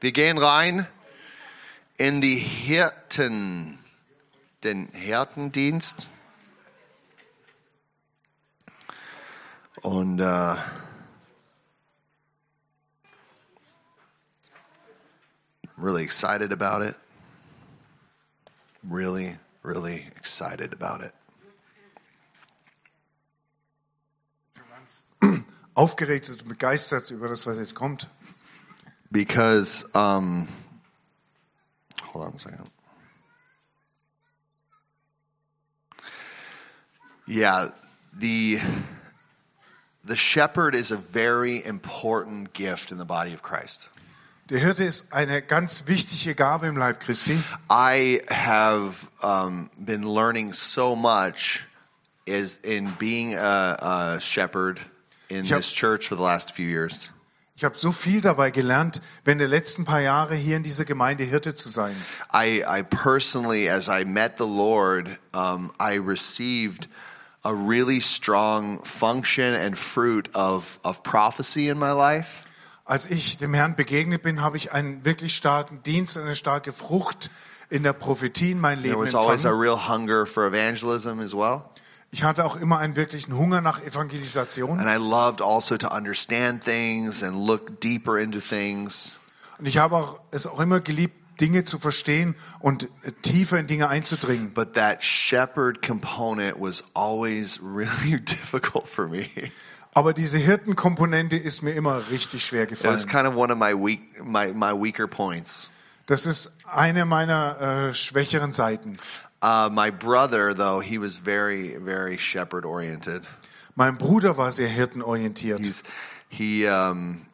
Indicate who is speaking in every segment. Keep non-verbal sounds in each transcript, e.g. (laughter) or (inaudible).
Speaker 1: Wir gehen rein in die Hirten, den Hirtendienst. Und äh, really excited about it. Really, really excited about it.
Speaker 2: Aufgeregt und begeistert über das, was jetzt kommt.
Speaker 1: Because, um, hold on a second. Yeah, the the shepherd is a very important gift in the body of Christ.
Speaker 2: Der Hirte ist eine ganz wichtige Gabe im Leib Christi.
Speaker 1: I have um, been learning so much is in being a, a shepherd in
Speaker 2: hab-
Speaker 1: this church for the last few years.
Speaker 2: Ich habe so viel dabei gelernt, während der letzten paar Jahre hier in dieser Gemeinde Hirte zu sein.
Speaker 1: I, I personally, as I met the Lord, um, I received a really strong function and fruit of, of prophecy in my life.
Speaker 2: Als ich dem Herrn begegnet bin, habe ich einen wirklich starken Dienst, eine starke Frucht in der Prophetie in mein
Speaker 1: There
Speaker 2: Leben
Speaker 1: was always a
Speaker 2: empfangen.
Speaker 1: real hunger for evangelism as well.
Speaker 2: Ich hatte auch immer einen wirklichen Hunger nach Evangelisation.
Speaker 1: And I loved also to understand things and look deeper into things.
Speaker 2: Und ich habe auch, es auch immer geliebt, Dinge zu verstehen und äh, tiefer in Dinge einzudringen.
Speaker 1: But that shepherd component was always (laughs) really difficult for me. It
Speaker 2: Aber diese Hirtenkomponente ist mir immer richtig schwer
Speaker 1: was
Speaker 2: gefallen.
Speaker 1: kind of one of my weak, my, my weaker points.
Speaker 2: Das ist eine meiner äh, schwächeren Seiten.
Speaker 1: Uh, my brother, though, he was very, very shepherd oriented.
Speaker 2: Mein Bruder war sehr hirtenorientiert.
Speaker 1: He's he. Um,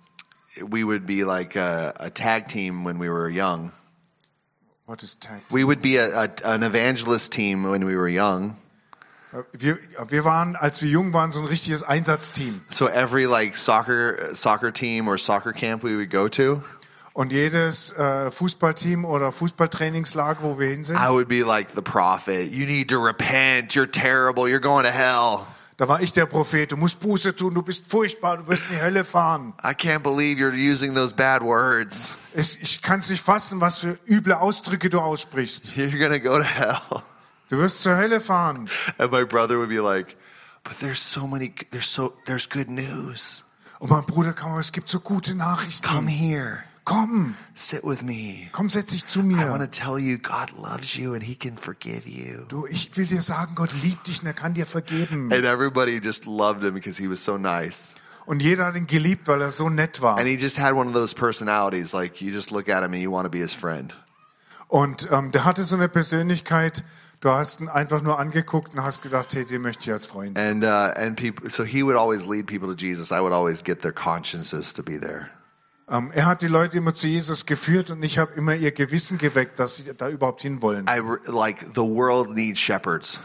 Speaker 1: we would be like a, a tag team when we were young.
Speaker 2: What is tact?
Speaker 1: We would be a, a, an evangelist team when we were young.
Speaker 2: Äh, Wir, wir waren, als wir jung waren, so ein richtiges Einsatzteam.
Speaker 1: So every like soccer soccer team or soccer camp we would go to,
Speaker 2: Und jedes äh, Fußballteam oder Fußballtrainingslager, wo wir hin sind,
Speaker 1: I would be like the prophet. You need to repent. You're terrible. You're going to hell.
Speaker 2: da war ich der Prophet. Du musst Buße tun, du bist furchtbar, du wirst in die Hölle fahren.
Speaker 1: I can't believe you're using those bad words. (laughs)
Speaker 2: Es, ich kann es nicht fassen, was für üble Ausdrücke du aussprichst.
Speaker 1: You're gonna go to hell.
Speaker 2: Du wirst zur Hölle fahren.
Speaker 1: And my brother would be like, "But there's so many. There's so there's good news.
Speaker 2: Und mein Bruder kam, es gibt so gute Nachrichten.
Speaker 1: Come here.
Speaker 2: Komm,
Speaker 1: Sit with me.
Speaker 2: komm, setz dich zu
Speaker 1: I want to
Speaker 2: mir.
Speaker 1: tell you God loves you and He can forgive you."
Speaker 2: Du, ich will dir sagen, Gott liebt dich und er kann dir vergeben.
Speaker 1: And everybody just loved him because he was so nice.
Speaker 2: Und jeder hat ihn geliebt, weil er so nett war.
Speaker 1: And he just had one of those personalities like you just look at him and you want to be his friend.
Speaker 2: Und ähm, der hatte so eine Persönlichkeit, du hast ihn einfach nur angeguckt und hast gedacht, hey, den möchte ich als Freund.
Speaker 1: And uh, and people so he would always lead people to Jesus. I would always get their consciences to be there.
Speaker 2: Ähm, er hat die Leute immer zu Jesus geführt und ich habe immer ihr Gewissen geweckt, dass sie da überhaupt hinwollen.
Speaker 1: I re- like the world needs shepherds.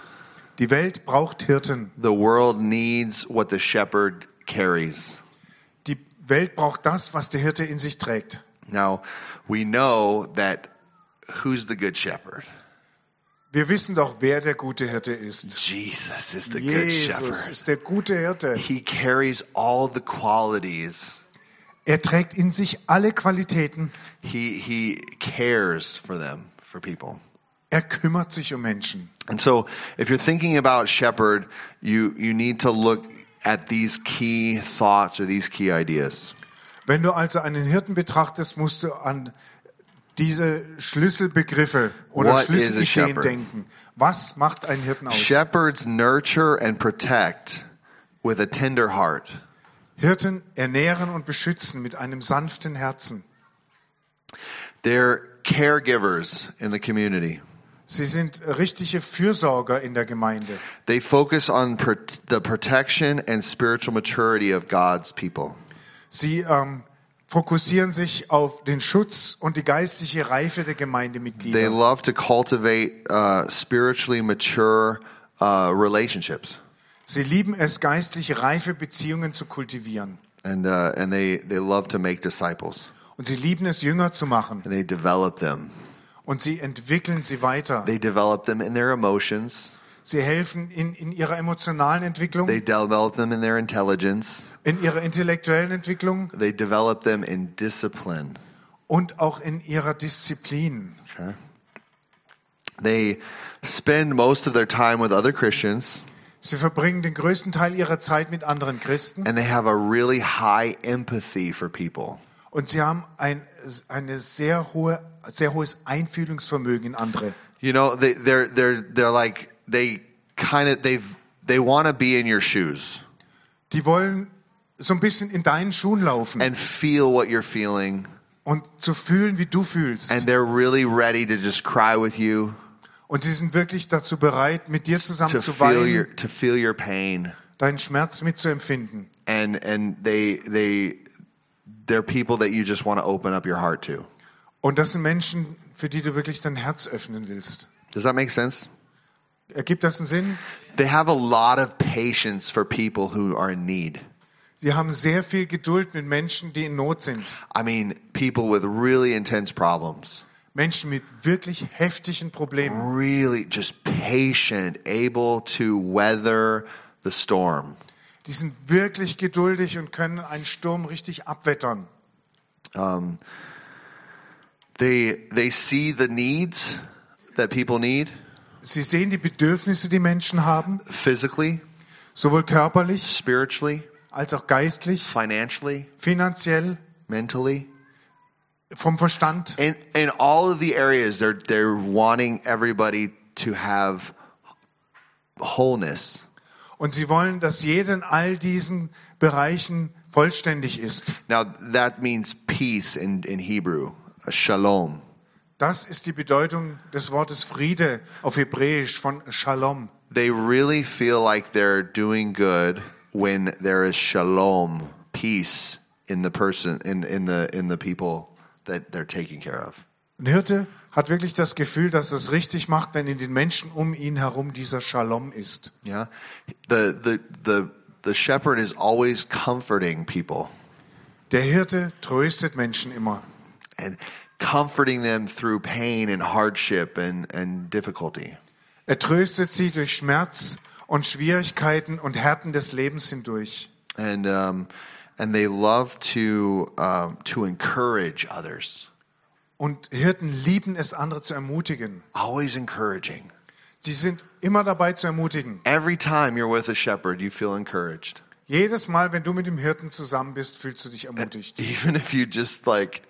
Speaker 2: Die Welt braucht Hirten.
Speaker 1: The world needs what the shepherd carries.
Speaker 2: Die Welt braucht das, was der Hirte in sich trägt.
Speaker 1: Now, we know that who's the good shepherd?
Speaker 2: Wir wissen doch, wer der gute Hirte ist.
Speaker 1: Jesus is the good
Speaker 2: Jesus
Speaker 1: shepherd.
Speaker 2: ist der gute Hirte.
Speaker 1: He carries all the qualities.
Speaker 2: Er trägt in sich alle Qualitäten.
Speaker 1: He he cares for them, for people.
Speaker 2: Er kümmert sich um Menschen.
Speaker 1: And so, if you're thinking about shepherd, you you need to look at these key thoughts or these key ideas.
Speaker 2: Wenn du also einen Hirten betrachtest, musst du an diese Schlüsselbegriffe oder
Speaker 1: What is a
Speaker 2: Schlüsselideen
Speaker 1: shepherd?
Speaker 2: denken. Was macht einen Hirten aus?
Speaker 1: Shepherds nurture and protect with a tender heart.
Speaker 2: Hirten ernähren und beschützen mit einem sanften Herzen.
Speaker 1: They're caregivers in the community.
Speaker 2: Sie sind richtige Fürsorger in der Gemeinde.
Speaker 1: They focus on pr- the protection and spiritual maturity of God's people.
Speaker 2: Sie ähm, fokussieren sich auf den Schutz und die geistliche Reife der
Speaker 1: They
Speaker 2: Gemeindemitglieder.
Speaker 1: love to cultivate uh, spiritually mature uh, relationships,
Speaker 2: Sie lieben es, geistliche reife Beziehungen zu kultivieren.
Speaker 1: and uh, and they they love to make disciples
Speaker 2: Und sie lieben es, Jünger zu machen.
Speaker 1: and they develop them.
Speaker 2: Und sie entwickeln sie weiter.
Speaker 1: They develop them in their emotions.
Speaker 2: Sie helfen in, in ihrer emotionalen Entwicklung,
Speaker 1: They develop them in their intelligence.
Speaker 2: in ihrer intellektuellen Entwicklung
Speaker 1: They develop them in discipline.
Speaker 2: und auch in ihrer Disziplin.
Speaker 1: Okay. They spend most of their time with other Christians
Speaker 2: Sie verbringen den größten Teil ihrer Zeit mit anderen Christen
Speaker 1: and they have a really high empathy for people.
Speaker 2: und sie haben ein eine sehr hohe sehr hohes Einfühlungsvermögen in andere.
Speaker 1: You know, they, they're they're they're like they kind of they've they want to be in your shoes
Speaker 2: Die wollen so ein bisschen in deinen Schuhen laufen
Speaker 1: and feel what you're feeling,
Speaker 2: und zu fühlen, wie du fühlst.
Speaker 1: and they're really ready to just cry with you
Speaker 2: Und sie sind wirklich dazu bereit, mit dir zusammen
Speaker 1: to
Speaker 2: zu
Speaker 1: feel your
Speaker 2: weinen,
Speaker 1: to feel your pain,
Speaker 2: deinen Schmerz mitzuempfinden.
Speaker 1: and and they they they're people that you just want to open up your heart to.
Speaker 2: Und das sind Menschen, für die du wirklich dein Herz öffnen willst.
Speaker 1: Does that make sense?
Speaker 2: Ergibt das einen Sinn?
Speaker 1: They have a lot of patience for people who are in need.
Speaker 2: Wir haben sehr viel Geduld mit Menschen, die in Not sind.
Speaker 1: I mean, people with really intense problems,
Speaker 2: Menschen mit wirklich heftigen Problemen.
Speaker 1: really just patient, able to weather the storm.
Speaker 2: Die sind wirklich geduldig und können einen Sturm richtig abwettern.
Speaker 1: They they see the needs that people need
Speaker 2: Sie sehen die Bedürfnisse, die Menschen haben,
Speaker 1: physically,
Speaker 2: sowohl körperlich
Speaker 1: spiritually,
Speaker 2: als auch geistlich,
Speaker 1: financially,
Speaker 2: finanziell,
Speaker 1: mentally.
Speaker 2: vom Verstand.
Speaker 1: In in all of the areas they're they're wanting everybody to have wholeness.
Speaker 2: Und sie wollen, dass jeder in all diesen Bereichen vollständig ist.
Speaker 1: Now that means peace in, in Hebrew, a shalom.
Speaker 2: Das ist die Bedeutung des Wortes Friede auf Hebräisch von Shalom.
Speaker 1: They really feel like they're doing good when there is shalom, peace in the person in, in the in the people that they're taking care of.
Speaker 2: Ein Hirte hat wirklich das Gefühl, dass er es richtig macht, wenn in den Menschen um ihn herum dieser Shalom ist.
Speaker 1: Yeah. The the the the shepherd is always comforting people
Speaker 2: Der Hirte tröstet Menschen immer.
Speaker 1: and comforting them through pain and hardship and, and difficulty.
Speaker 2: Er tröstet sie durch Schmerz und Schwierigkeiten und Härten des Lebens hindurch.
Speaker 1: And um and they love to um, to encourage others.
Speaker 2: Und Hirten lieben es, andere zu ermutigen.
Speaker 1: always encouraging.
Speaker 2: Sie sind immer dabei zu ermutigen.
Speaker 1: Every time you're with a shepherd, you feel encouraged.
Speaker 2: Jedes Mal, wenn du mit dem Hirten zusammen bist, fühlst du dich
Speaker 1: (laughs)
Speaker 2: ermutigt.
Speaker 1: Even if you just like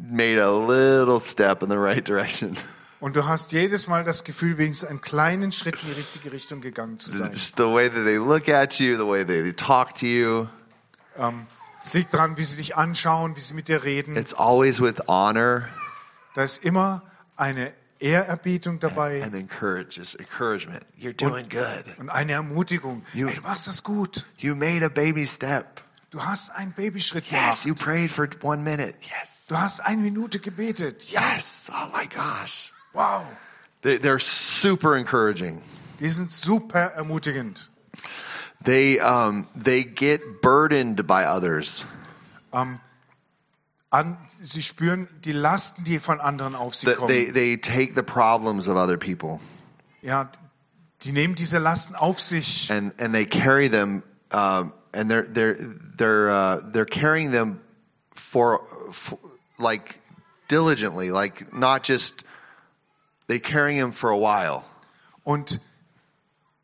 Speaker 1: made a little step in the right direction, (laughs)
Speaker 2: Und du hast jedes Mal das Gefühl, wenigstens einen kleinen Schritt in die richtige Richtung gegangen zu sein.
Speaker 1: just the way that they look at you, the way they talk to you,
Speaker 2: Es liegt daran, wie sie dich anschauen, wie sie mit dir reden.
Speaker 1: it's always with honor
Speaker 2: Da ist immer eine Ehrerbietung dabei
Speaker 1: and encourages encouragement. You're doing good.
Speaker 2: und eine Ermutigung. Hey, du machst das gut.
Speaker 1: You made a baby step.
Speaker 2: Du hast einen Babyschritt
Speaker 1: Yes,
Speaker 2: gemacht.
Speaker 1: you prayed for one minute. Yes.
Speaker 2: Du hast eine Minute gebetet. Ja,
Speaker 1: Yes. Oh my gosh.
Speaker 2: wow.
Speaker 1: They, they're super encouraging.
Speaker 2: Die sind super ermutigend.
Speaker 1: They um they get burdened by others.
Speaker 2: An, sie spüren die Lasten, die von anderen auf sie
Speaker 1: that they,
Speaker 2: kommen.
Speaker 1: they take the problems of other people
Speaker 2: Ja, die nehmen diese Lasten auf sich.
Speaker 1: and, and they carry them um, and they're they're they're uh, they're carrying them for, for like diligently like not just they carrying them for a while
Speaker 2: Und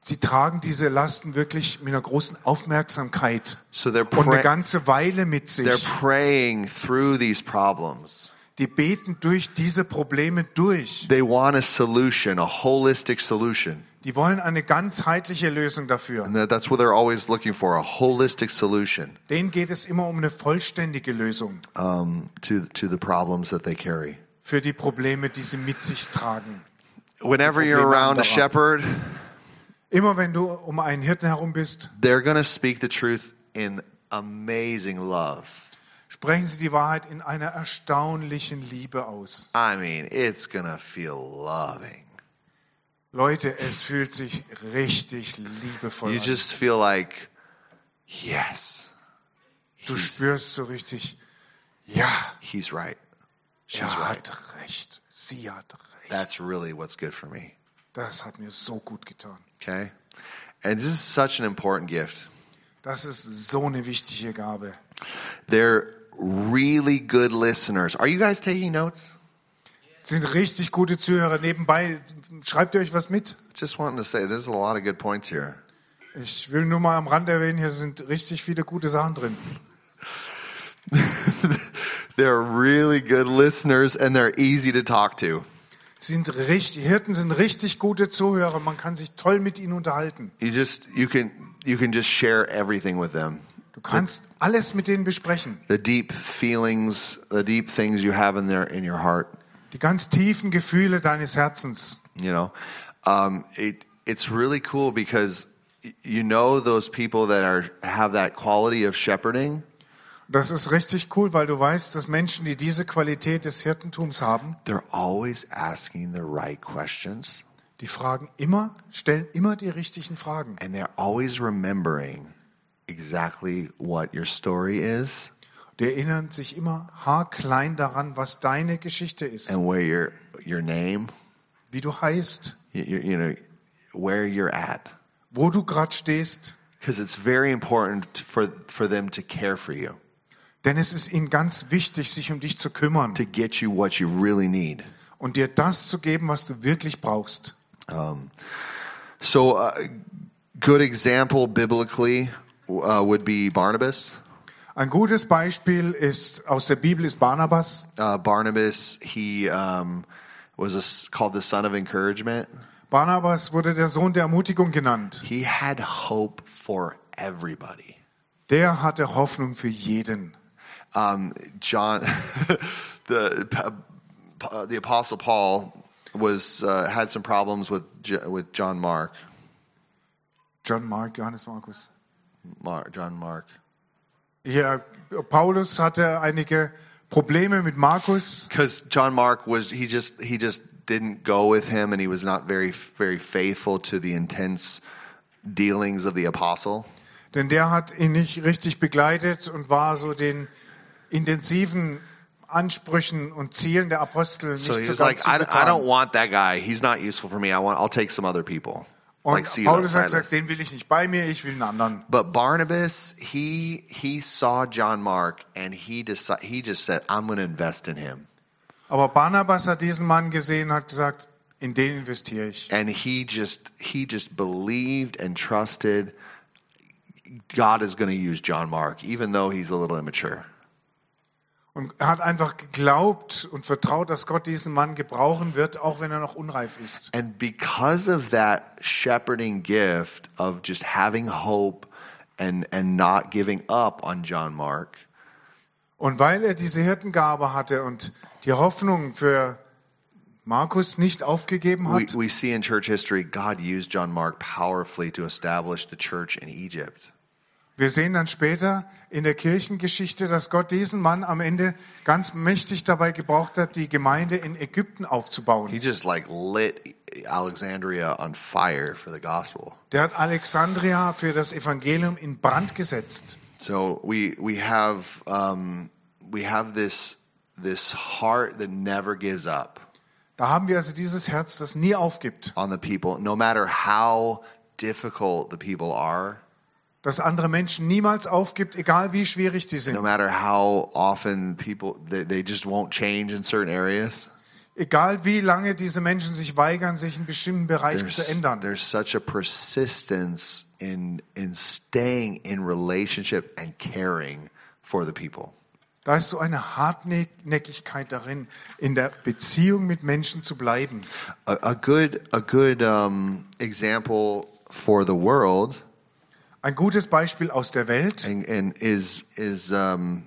Speaker 2: sie tragen diese Lasten wirklich mit einer großen Aufmerksamkeit
Speaker 1: so they're
Speaker 2: und eine
Speaker 1: pra-
Speaker 2: ganze Weile mit
Speaker 1: they're
Speaker 2: sich.
Speaker 1: praying through these problems
Speaker 2: Die beten durch diese Probleme durch.
Speaker 1: they want a solution a holistic solution
Speaker 2: Die wollen eine ganzheitliche Lösung dafür.
Speaker 1: and that, that's what they're always looking for a holistic solution
Speaker 2: Denen geht es immer um eine vollständige Lösung
Speaker 1: um, to to the problems that they carry
Speaker 2: für die Probleme, die sie mit sich tragen.
Speaker 1: whenever you're
Speaker 2: Probleme
Speaker 1: around a
Speaker 2: anderer.
Speaker 1: shepherd
Speaker 2: Immer wenn du um einen Hirten herum bist,
Speaker 1: they're going to speak the truth in amazing love.
Speaker 2: sprechen sie die Wahrheit in einer erstaunlichen Liebe aus.
Speaker 1: I mean, it's going to feel loving.
Speaker 2: Leute, es fühlt sich richtig liebevoll
Speaker 1: You
Speaker 2: an.
Speaker 1: just feel like, yes,
Speaker 2: Du spürst so richtig, ja,
Speaker 1: he's right. She's
Speaker 2: er
Speaker 1: right.
Speaker 2: hat recht, sie hat recht.
Speaker 1: That's really what's good for me.
Speaker 2: Das hat mir so gut getan.
Speaker 1: Okay? And this is such an important gift.
Speaker 2: Das ist so eine wichtige Gabe.
Speaker 1: They're really good listeners. Are you guys taking notes?
Speaker 2: Sind richtig gute Zuhörer. Nebenbei schreibt ihr euch was mit.
Speaker 1: Just wanting to say, there's a lot of good points here.
Speaker 2: Ich will nur mal am Rand erwähnen, hier sind richtig viele gute Sachen drin.
Speaker 1: They're really good listeners and they're easy to talk to.
Speaker 2: Sind richtig, Hirten sind richtig gute Zuhörer. Man kann sich toll mit ihnen unterhalten.
Speaker 1: You just you can you can just share everything with them.
Speaker 2: Du kannst alles mit denen besprechen.
Speaker 1: The deep feelings, the deep things you have in there in your heart,
Speaker 2: Die ganz tiefen Gefühle deines Herzens.
Speaker 1: you know. Um, it it's really cool because y- you know those people that are have that quality of shepherding
Speaker 2: Das ist richtig cool, weil du weißt, dass Menschen, die diese Qualität des Hirtentums haben,
Speaker 1: They're always asking the right questions
Speaker 2: die fragen immer, stellen immer die richtigen Fragen.
Speaker 1: and they're always remembering exactly what your story is
Speaker 2: Die erinnern sich immer haarklein daran, was deine Geschichte ist,
Speaker 1: and where your your name,
Speaker 2: wie du heißt,
Speaker 1: you, you, you know, where you're at
Speaker 2: wo du gerade stehst.
Speaker 1: because it's very important for for them to care for you,
Speaker 2: Denn es ist ihnen ganz wichtig, sich um dich zu kümmern
Speaker 1: to get you what you really need.
Speaker 2: und dir das zu geben, was du wirklich brauchst.
Speaker 1: So a good example biblically uh, would be Barnabas.
Speaker 2: Ein gutes Beispiel ist aus der Bibel ist Barnabas.
Speaker 1: Uh, Barnabas, he um, was a s called the son of encouragement.
Speaker 2: Barnabas wurde der Sohn der Ermutigung genannt.
Speaker 1: He had hope for everybody.
Speaker 2: Der hatte Hoffnung für jeden.
Speaker 1: Um, John, (laughs) the pa- pa- uh, the apostle Paul was uh, had some problems with J- with John Mark,
Speaker 2: John Mark, Johannes Markus.
Speaker 1: Mark John Mark,
Speaker 2: Ja, Paulus hatte einige Probleme mit Markus,
Speaker 1: because John Mark was he just he just didn't go with him, and he was not very very faithful to the intense dealings of the apostle.
Speaker 2: denn der hat ihn nicht richtig begleitet und war so den intensiven Ansprüchen und Zielen der Apostel nicht
Speaker 1: So he
Speaker 2: so
Speaker 1: was
Speaker 2: ganz
Speaker 1: like, I, don't- I
Speaker 2: zugetan.
Speaker 1: don't want that guy. He's not useful for me. I want I'll take some other people. like
Speaker 2: Und
Speaker 1: Silas.
Speaker 2: Paulus hat
Speaker 1: Silas.
Speaker 2: gesagt, den will ich nicht bei mir, ich will einen anderen.
Speaker 1: But Barnabas, he he saw John Mark and he deci- he just said, "I'm going to invest in him."
Speaker 2: Aber Barnabas hat diesen Mann gesehen, hat gesagt, in den investiere ich.
Speaker 1: And he just he just believed and trusted God is going to use John Mark even though he's a little immature.
Speaker 2: Und er hat einfach geglaubt und vertraut, dass Gott diesen Mann gebrauchen wird, auch wenn er noch unreif ist.
Speaker 1: And because of that shepherding gift of just having hope and and not giving up on John Mark,
Speaker 2: Und weil er diese Hirtengabe hatte und die Hoffnung für Markus nicht aufgegeben
Speaker 1: we,
Speaker 2: hat,
Speaker 1: we see in church history God used John Mark powerfully to establish the church in Egypt.
Speaker 2: wir sehen dann später in der Kirchengeschichte, dass Gott diesen Mann am Ende ganz mächtig dabei gebraucht hat, die Gemeinde in Ägypten
Speaker 1: He
Speaker 2: aufzubauen.
Speaker 1: just like lit Alexandria on fire for the gospel.
Speaker 2: Der hat Alexandria für das Evangelium in Brand gesetzt.
Speaker 1: So we we have um, we have this this heart that never gives up
Speaker 2: Da haben wir also dieses Herz, das nie aufgibt,
Speaker 1: on the people, no matter how difficult the people are,
Speaker 2: das andere Menschen niemals aufgibt, egal wie schwierig die
Speaker 1: no
Speaker 2: sind,
Speaker 1: matter how often people they, they just won't change in certain areas.
Speaker 2: egal wie lange diese Menschen sich weigern, sich in bestimmten Bereichen zu
Speaker 1: There's,
Speaker 2: ändern.
Speaker 1: there's such a persistence in in staying in relationship and caring for the people.
Speaker 2: Da ist so eine Hartnäckigkeit darin, in der Beziehung mit Menschen zu bleiben.
Speaker 1: a, a good a good um, example for the world
Speaker 2: Ein gutes Beispiel aus der Welt,
Speaker 1: and, and is is um,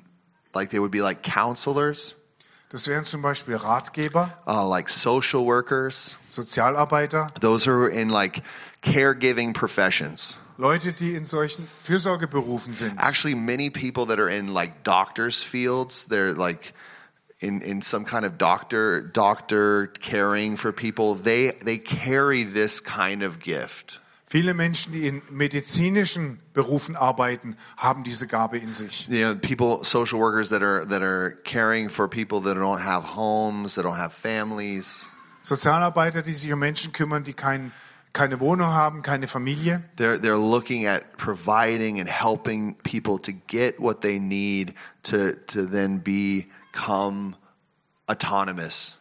Speaker 1: like they would be like counselors
Speaker 2: das wären zum Beispiel Ratgeber,
Speaker 1: uh, like social workers
Speaker 2: Sozialarbeiter,
Speaker 1: those who are in like caregiving professions
Speaker 2: Leute, die in solchen Fürsorgeberufen sind.
Speaker 1: actually many people that are in like doctors fields they're like in, in some kind of doctor doctor caring for people they they carry this kind of gift
Speaker 2: Viele Menschen, die in medizinischen Berufen arbeiten, haben diese Gabe in sich.
Speaker 1: you know people social workers that are that are caring for people that don't have homes that don't have families
Speaker 2: Sozialarbeiter, die sich um Menschen kümmern, die kein, keine Wohnung haben, keine Familie.
Speaker 1: They're, they're looking at providing and helping people to get what they need to, to then become autonomous.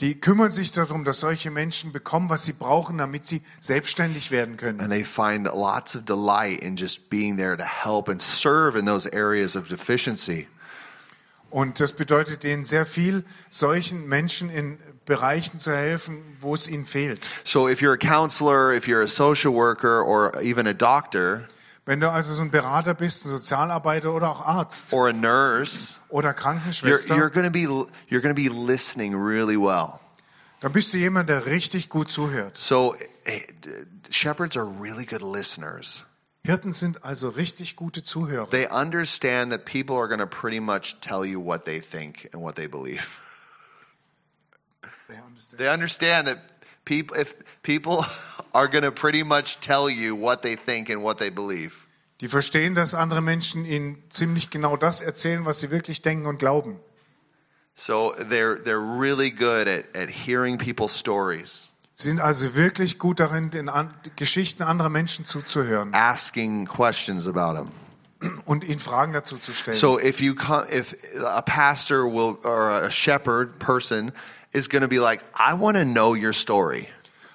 Speaker 2: Die kümmern sich darum, dass solche Menschen bekommen, was sie brauchen, damit sie selbstständig werden können.
Speaker 1: And they find lots of delight in just being there to help and serve in those areas of deficiency.
Speaker 2: Und das bedeutet denen sehr viel, solchen Menschen in Bereichen zu helfen, wo es ihnen fehlt.
Speaker 1: So if you're a counselor, if you're a social worker, or even a doctor
Speaker 2: Wenn du also so ein Berater bist, ein Sozialarbeiter oder auch Arzt
Speaker 1: or a nurse,
Speaker 2: oder
Speaker 1: you're,
Speaker 2: Krankenschwester,
Speaker 1: you're going to be you're going to be listening really well.
Speaker 2: dann bist du jemand, der richtig gut zuhört.
Speaker 1: So eh, d- shepherds are really good listeners.
Speaker 2: Hirten sind also richtig gute Zuhörer.
Speaker 1: They understand that people are going to pretty much tell you what they think and what they believe. (laughs) They understand that people if people (laughs) are going to pretty much tell you what they think and what they believe.
Speaker 2: Die verstehen, dass andere Menschen ihnen ziemlich genau das erzählen, was sie wirklich denken und glauben.
Speaker 1: So they're they're really good at at hearing people's stories,
Speaker 2: Sie sind also wirklich gut darin, den an Geschichten anderer Menschen zuzuhören
Speaker 1: asking questions about them.
Speaker 2: und ihnen Fragen dazu zu stellen.
Speaker 1: So if you come, if a pastor will or a shepherd person is going to be like, I want to know your story.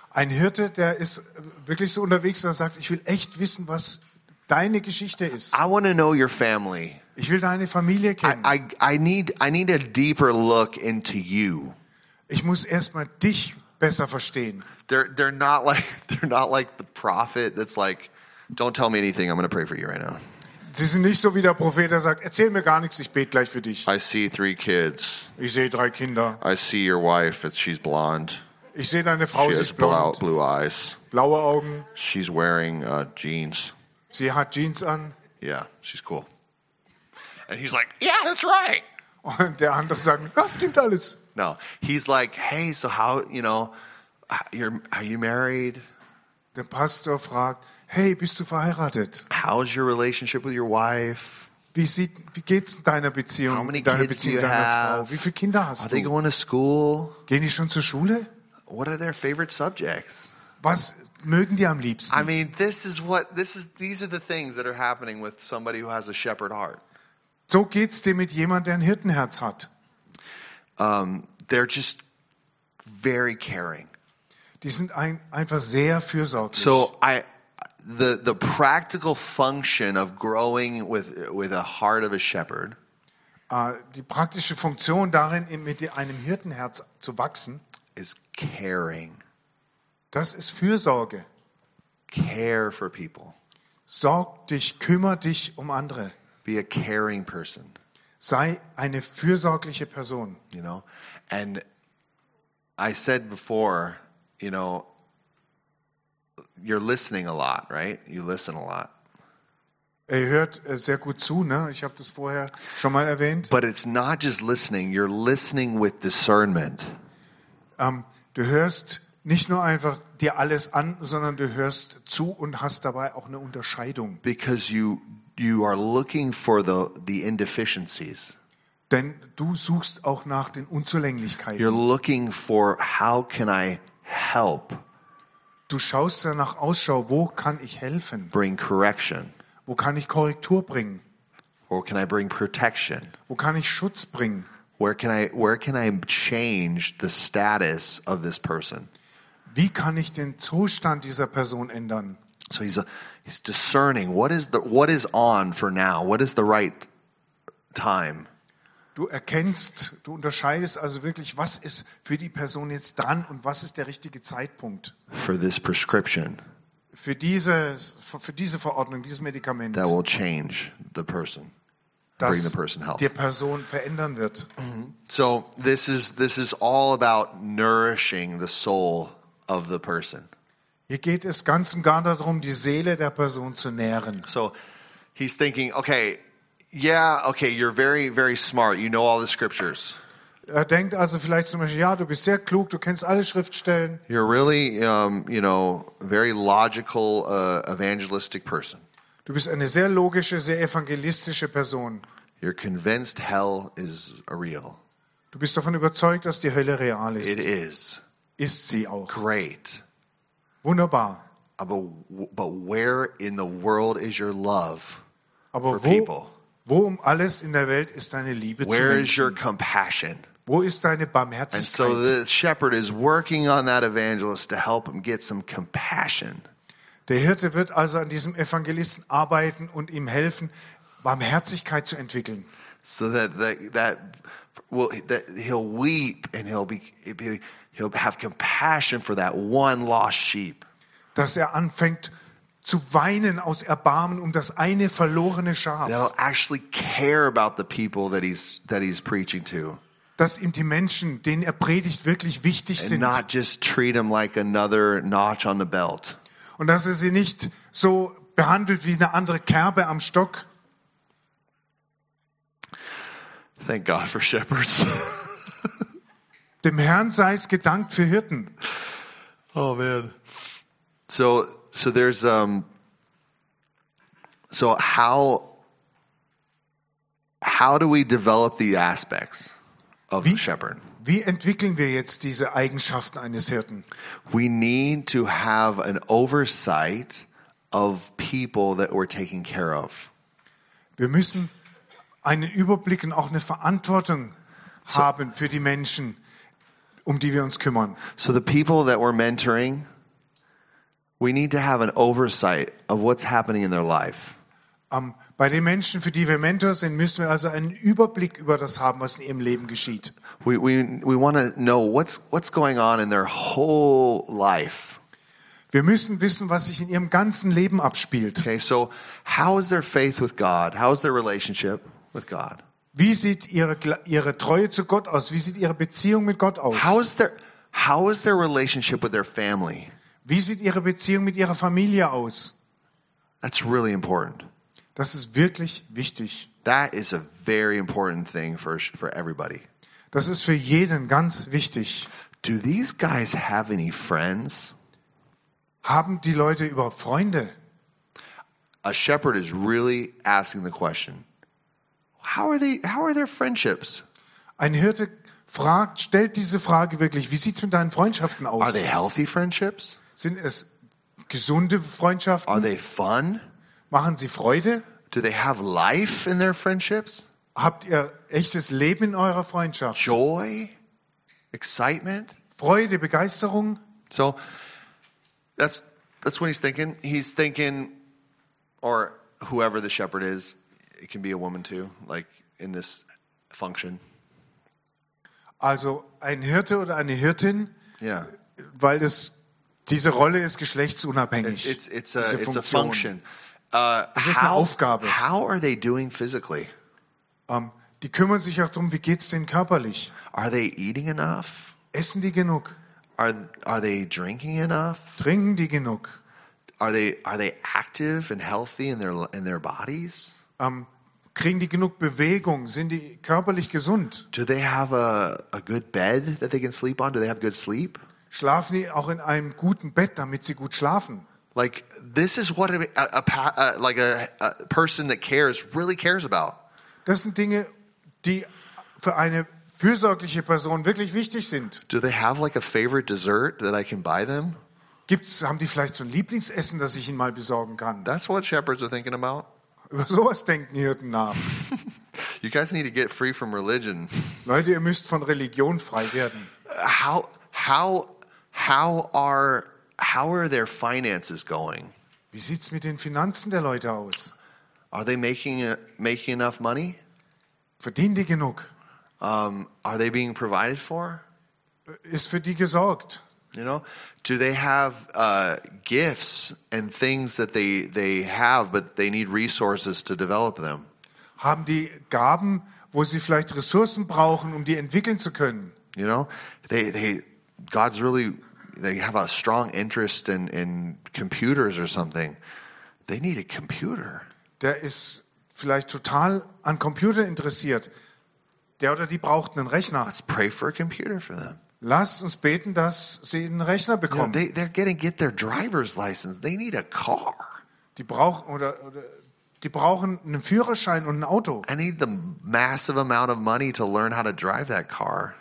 Speaker 2: Ein Hirte, der ist äh, wirklich so unterwegs, der sagt, ich will echt wissen, was deine Geschichte ist.
Speaker 1: I want to know your family.
Speaker 2: Ich will deine Familie kennen.
Speaker 1: I, I need I need a deeper look into you.
Speaker 2: Ich muss erstmal dich besser verstehen.
Speaker 1: They're they're not (laughs) like they're not like the prophet that's like, don't tell me anything. I'm going to pray for you right now.
Speaker 2: Sie sind nicht so wie der Prophet, der sagt, erzähl mir gar nichts, ich bete gleich für dich.
Speaker 1: I see three kids.
Speaker 2: Ich sehe drei Kinder.
Speaker 1: I see your wife. It's, she's blonde.
Speaker 2: Ich sehe deine Frau,
Speaker 1: She
Speaker 2: sie
Speaker 1: has
Speaker 2: ist
Speaker 1: blue,
Speaker 2: blond,
Speaker 1: blue eyes.
Speaker 2: blaue Augen,
Speaker 1: She's wearing uh, jeans.
Speaker 2: sie hat Jeans an.
Speaker 1: Yeah, she's cool. And he's like, yeah, that's right.
Speaker 2: Und der andere sagt, das stimmt alles.
Speaker 1: No, he's like, hey, so how you know, you're are you married?
Speaker 2: Der Pastor fragt, hey, bist du verheiratet?
Speaker 1: How's your relationship with your wife?
Speaker 2: Wie, sieht, wie geht's in deiner
Speaker 1: How
Speaker 2: Beziehung,
Speaker 1: many
Speaker 2: in deiner
Speaker 1: kids do
Speaker 2: Beziehung
Speaker 1: you
Speaker 2: deiner
Speaker 1: have?
Speaker 2: Frau? Wie viele Kinder
Speaker 1: Are
Speaker 2: hast
Speaker 1: they
Speaker 2: du?
Speaker 1: going to school?
Speaker 2: Gehen die schon zur Schule?
Speaker 1: What are their favorite subjects?
Speaker 2: Was mögen die am liebsten?
Speaker 1: I mean, this is what this is. These are the things that are happening with somebody who has a shepherd heart.
Speaker 2: So geht's dir mit jemandem, der ein Hirtenherz hat.
Speaker 1: They're just very caring.
Speaker 2: Die sind ein, einfach sehr fürsorglich.
Speaker 1: So I, the the practical function of growing with with a heart of a shepherd
Speaker 2: Äh, die praktische Funktion darin, in- mit einem Hirtenherz zu wachsen,
Speaker 1: is caring,
Speaker 2: das ist Fürsorge.
Speaker 1: care for people,
Speaker 2: Sorg dich, kümmere dich um andere.
Speaker 1: be a caring person.
Speaker 2: Sei eine fürsorgliche Person.
Speaker 1: you know and i said before you know you're listening a lot right you listen a lot
Speaker 2: Er hört äh, sehr gut zu, ne? Ich habe das vorher schon mal erwähnt.
Speaker 1: but it's not just listening you're listening with discernment
Speaker 2: Ähm, du hörst nicht nur einfach dir alles an, sondern du hörst zu und hast dabei auch eine Unterscheidung.
Speaker 1: because you you are looking for the the indeficiencies
Speaker 2: Denn du suchst auch nach den
Speaker 1: you're
Speaker 2: Unzulänglichkeiten.
Speaker 1: looking for how can i help
Speaker 2: Du schaust danach Ausschau, wo kann ich helfen?
Speaker 1: bring correction
Speaker 2: Wo kann ich Korrektur bringen?
Speaker 1: or can i bring protection
Speaker 2: Wo kann ich Schutz bringen?
Speaker 1: where can i where can i change the status of this person
Speaker 2: Wie kann ich den Zustand dieser Person ändern?
Speaker 1: So he's he's discerning what is the what is on for now. What is the right time?
Speaker 2: Du erkennst, du unterscheidest also wirklich, was ist für die Person jetzt dran und was ist der richtige Zeitpunkt
Speaker 1: For this prescription
Speaker 2: für, dieses, für für diese Verordnung, dieses Medikament,
Speaker 1: that will change the person. bring the
Speaker 2: das
Speaker 1: person health.
Speaker 2: die Person verändern wird.
Speaker 1: So this is this is all about nourishing the soul of the person.
Speaker 2: Hier geht es ganz und gar darum, die Seele der Person zu nähren.
Speaker 1: So he's thinking, okay, yeah, okay, you're very very smart. You know all the scriptures.
Speaker 2: Er denkt also vielleicht zum Beispiel, ja, du bist sehr klug, du kennst alle Schriftstellen,
Speaker 1: You're really um, you know very logical uh, evangelistic person.
Speaker 2: du bist eine sehr logische, sehr evangelistische Person.
Speaker 1: You're convinced hell is real.
Speaker 2: Du bist davon überzeugt, dass die Hölle real
Speaker 1: It
Speaker 2: ist.
Speaker 1: is.
Speaker 2: Ist sie auch.
Speaker 1: great.
Speaker 2: Wunderbar.
Speaker 1: Aber, w- but where in the world is your love?
Speaker 2: Aber
Speaker 1: For
Speaker 2: wo,
Speaker 1: people.
Speaker 2: wo um alles in der Welt ist deine Liebe zu
Speaker 1: Where is
Speaker 2: Menschen?
Speaker 1: your compassion?
Speaker 2: Wo ist deine
Speaker 1: And so
Speaker 2: Barmherzigkeit?
Speaker 1: the shepherd is working on that evangelist to help him get some compassion.
Speaker 2: Der Hirte wird also an diesem Evangelisten arbeiten und ihm helfen, Barmherzigkeit zu entwickeln.
Speaker 1: so that that, that will that he'll weep and he'll be he'll be- he'll have compassion for that one lost sheep
Speaker 2: Dass er anfängt zu weinen aus Erbarmen um das eine verlorene
Speaker 1: that he'll
Speaker 2: Schaf.
Speaker 1: actually care about the people that he's that he's preaching to
Speaker 2: Dass ihm die Menschen, denen er predigt, wirklich wichtig
Speaker 1: and
Speaker 2: sind.
Speaker 1: not just treat him like another notch on the belt
Speaker 2: Und dass er sie nicht so behandelt wie eine andere Kerbe am Stock.
Speaker 1: thank god for shepherds (laughs)
Speaker 2: Dem Herrn sei es gedankt für Hirten.
Speaker 1: oh man so so there's um so how how do we develop the aspects of the
Speaker 2: Wie-
Speaker 1: shepherd
Speaker 2: Wie entwickeln wir jetzt diese Eigenschaften eines Hirten?
Speaker 1: We need to have an oversight of people that we're taking care of.
Speaker 2: Wir müssen einen Überblick und auch eine Verantwortung haben für die Menschen, um die wir uns kümmern.
Speaker 1: So the people that we're mentoring, we need to have an oversight of what's happening in their life.
Speaker 2: Ähm, bei den Menschen, für die wir Mentor sind, müssen wir also einen Überblick über das haben, was in ihrem Leben geschieht.
Speaker 1: We we we want to know what's what's going on in their whole life.
Speaker 2: Wir müssen wissen, was sich in ihrem ganzen Leben abspielt.
Speaker 1: Okay, so how is their faith with God? How is their relationship with God?
Speaker 2: Wie sieht ihre, Gla- ihre Treue zu Gott aus? Wie sieht ihre Beziehung mit Gott aus?
Speaker 1: How is their how is their relationship with their family?
Speaker 2: Wie sieht ihre Beziehung mit ihrer Familie aus?
Speaker 1: That's really important.
Speaker 2: Das ist wirklich wichtig.
Speaker 1: That is a very important thing for for everybody.
Speaker 2: Das ist für jeden ganz wichtig.
Speaker 1: do these guys have any friends?
Speaker 2: Haben die Leute überhaupt Freunde?
Speaker 1: A shepherd is really asking the question. How are they how are their friendships?
Speaker 2: Ein Hirte fragt, stellt diese Frage wirklich, wie sieht's mit deinen Freundschaften
Speaker 1: Are
Speaker 2: aus?
Speaker 1: they healthy friendships?
Speaker 2: Sind es gesunde Freundschaften?
Speaker 1: Are they fun?
Speaker 2: Machen sie Freude?
Speaker 1: Do they have life in their friendships?
Speaker 2: Habt ihr echtes Leben in eurer Freundschaft?
Speaker 1: Joy? Excitement?
Speaker 2: Freude, Begeisterung?
Speaker 1: So that's that's what he's thinking. He's thinking or whoever the shepherd is, it can be a woman too, like in this function.
Speaker 2: Also ein Hirte oder eine Hirtin,
Speaker 1: Yeah.
Speaker 2: weil es diese Rolle ist geschlechtsunabhängig.
Speaker 1: It's it's a
Speaker 2: diese
Speaker 1: it's a function.
Speaker 2: Funktion.
Speaker 1: Uh,
Speaker 2: ist eine Aufgabe.
Speaker 1: How are they doing physically?
Speaker 2: Ähm, die kümmern sich auch darum, wie geht's denen körperlich?
Speaker 1: Are they eating enough?
Speaker 2: Essen die genug?
Speaker 1: Are are they drinking enough?
Speaker 2: Trinken die genug?
Speaker 1: Are they are they active and healthy in their in their bodies?
Speaker 2: Ähm, kriegen die genug Bewegung? Sind die körperlich gesund?
Speaker 1: Do they have a a good bed that they can sleep on? Do they have good sleep?
Speaker 2: Schlafen die auch in einem guten Bett, damit sie gut schlafen?
Speaker 1: Like this is what a, a, a pa- uh, like a, a person that cares really cares about.
Speaker 2: Das sind Dinge, die für eine fürsorgliche Person wirklich wichtig sind.
Speaker 1: Do they have like a favorite dessert that I can buy them?
Speaker 2: Gibt's, haben die vielleicht so ein Lieblingsessen, das ich ihnen mal besorgen kann?
Speaker 1: That's what shepherds are thinking about.
Speaker 2: Über sowas denken Hirten nach.
Speaker 1: You guys need to get free from religion.
Speaker 2: Leute, ihr müsst von Religion frei werden.
Speaker 1: how how how are how are their finances going?
Speaker 2: Wie sieht's mit den Finanzen der Leute aus?
Speaker 1: Are they making making enough money?
Speaker 2: Verdienen die genug?
Speaker 1: Um, are they being provided for?
Speaker 2: Ist für die gesorgt?
Speaker 1: You know, do they have uh, gifts and things that they they have, but they need resources to develop them?
Speaker 2: Haben die Gaben, wo sie vielleicht Ressourcen brauchen, um die entwickeln zu können?
Speaker 1: You know, they they God's really they have a strong interest in in computers or something. They need a computer.
Speaker 2: der ist vielleicht total an Computer interessiert. Der oder die braucht einen Rechner.
Speaker 1: Let's pray for a computer for them.
Speaker 2: Lasst uns beten, dass sie einen Rechner
Speaker 1: No,
Speaker 2: bekommen.
Speaker 1: they, they're getting get their driver's license. They need a car.
Speaker 2: Die brauchen oder, oder die brauchen einen Führerschein und ein Auto.
Speaker 1: I need the massive amount of money to learn how to drive that car.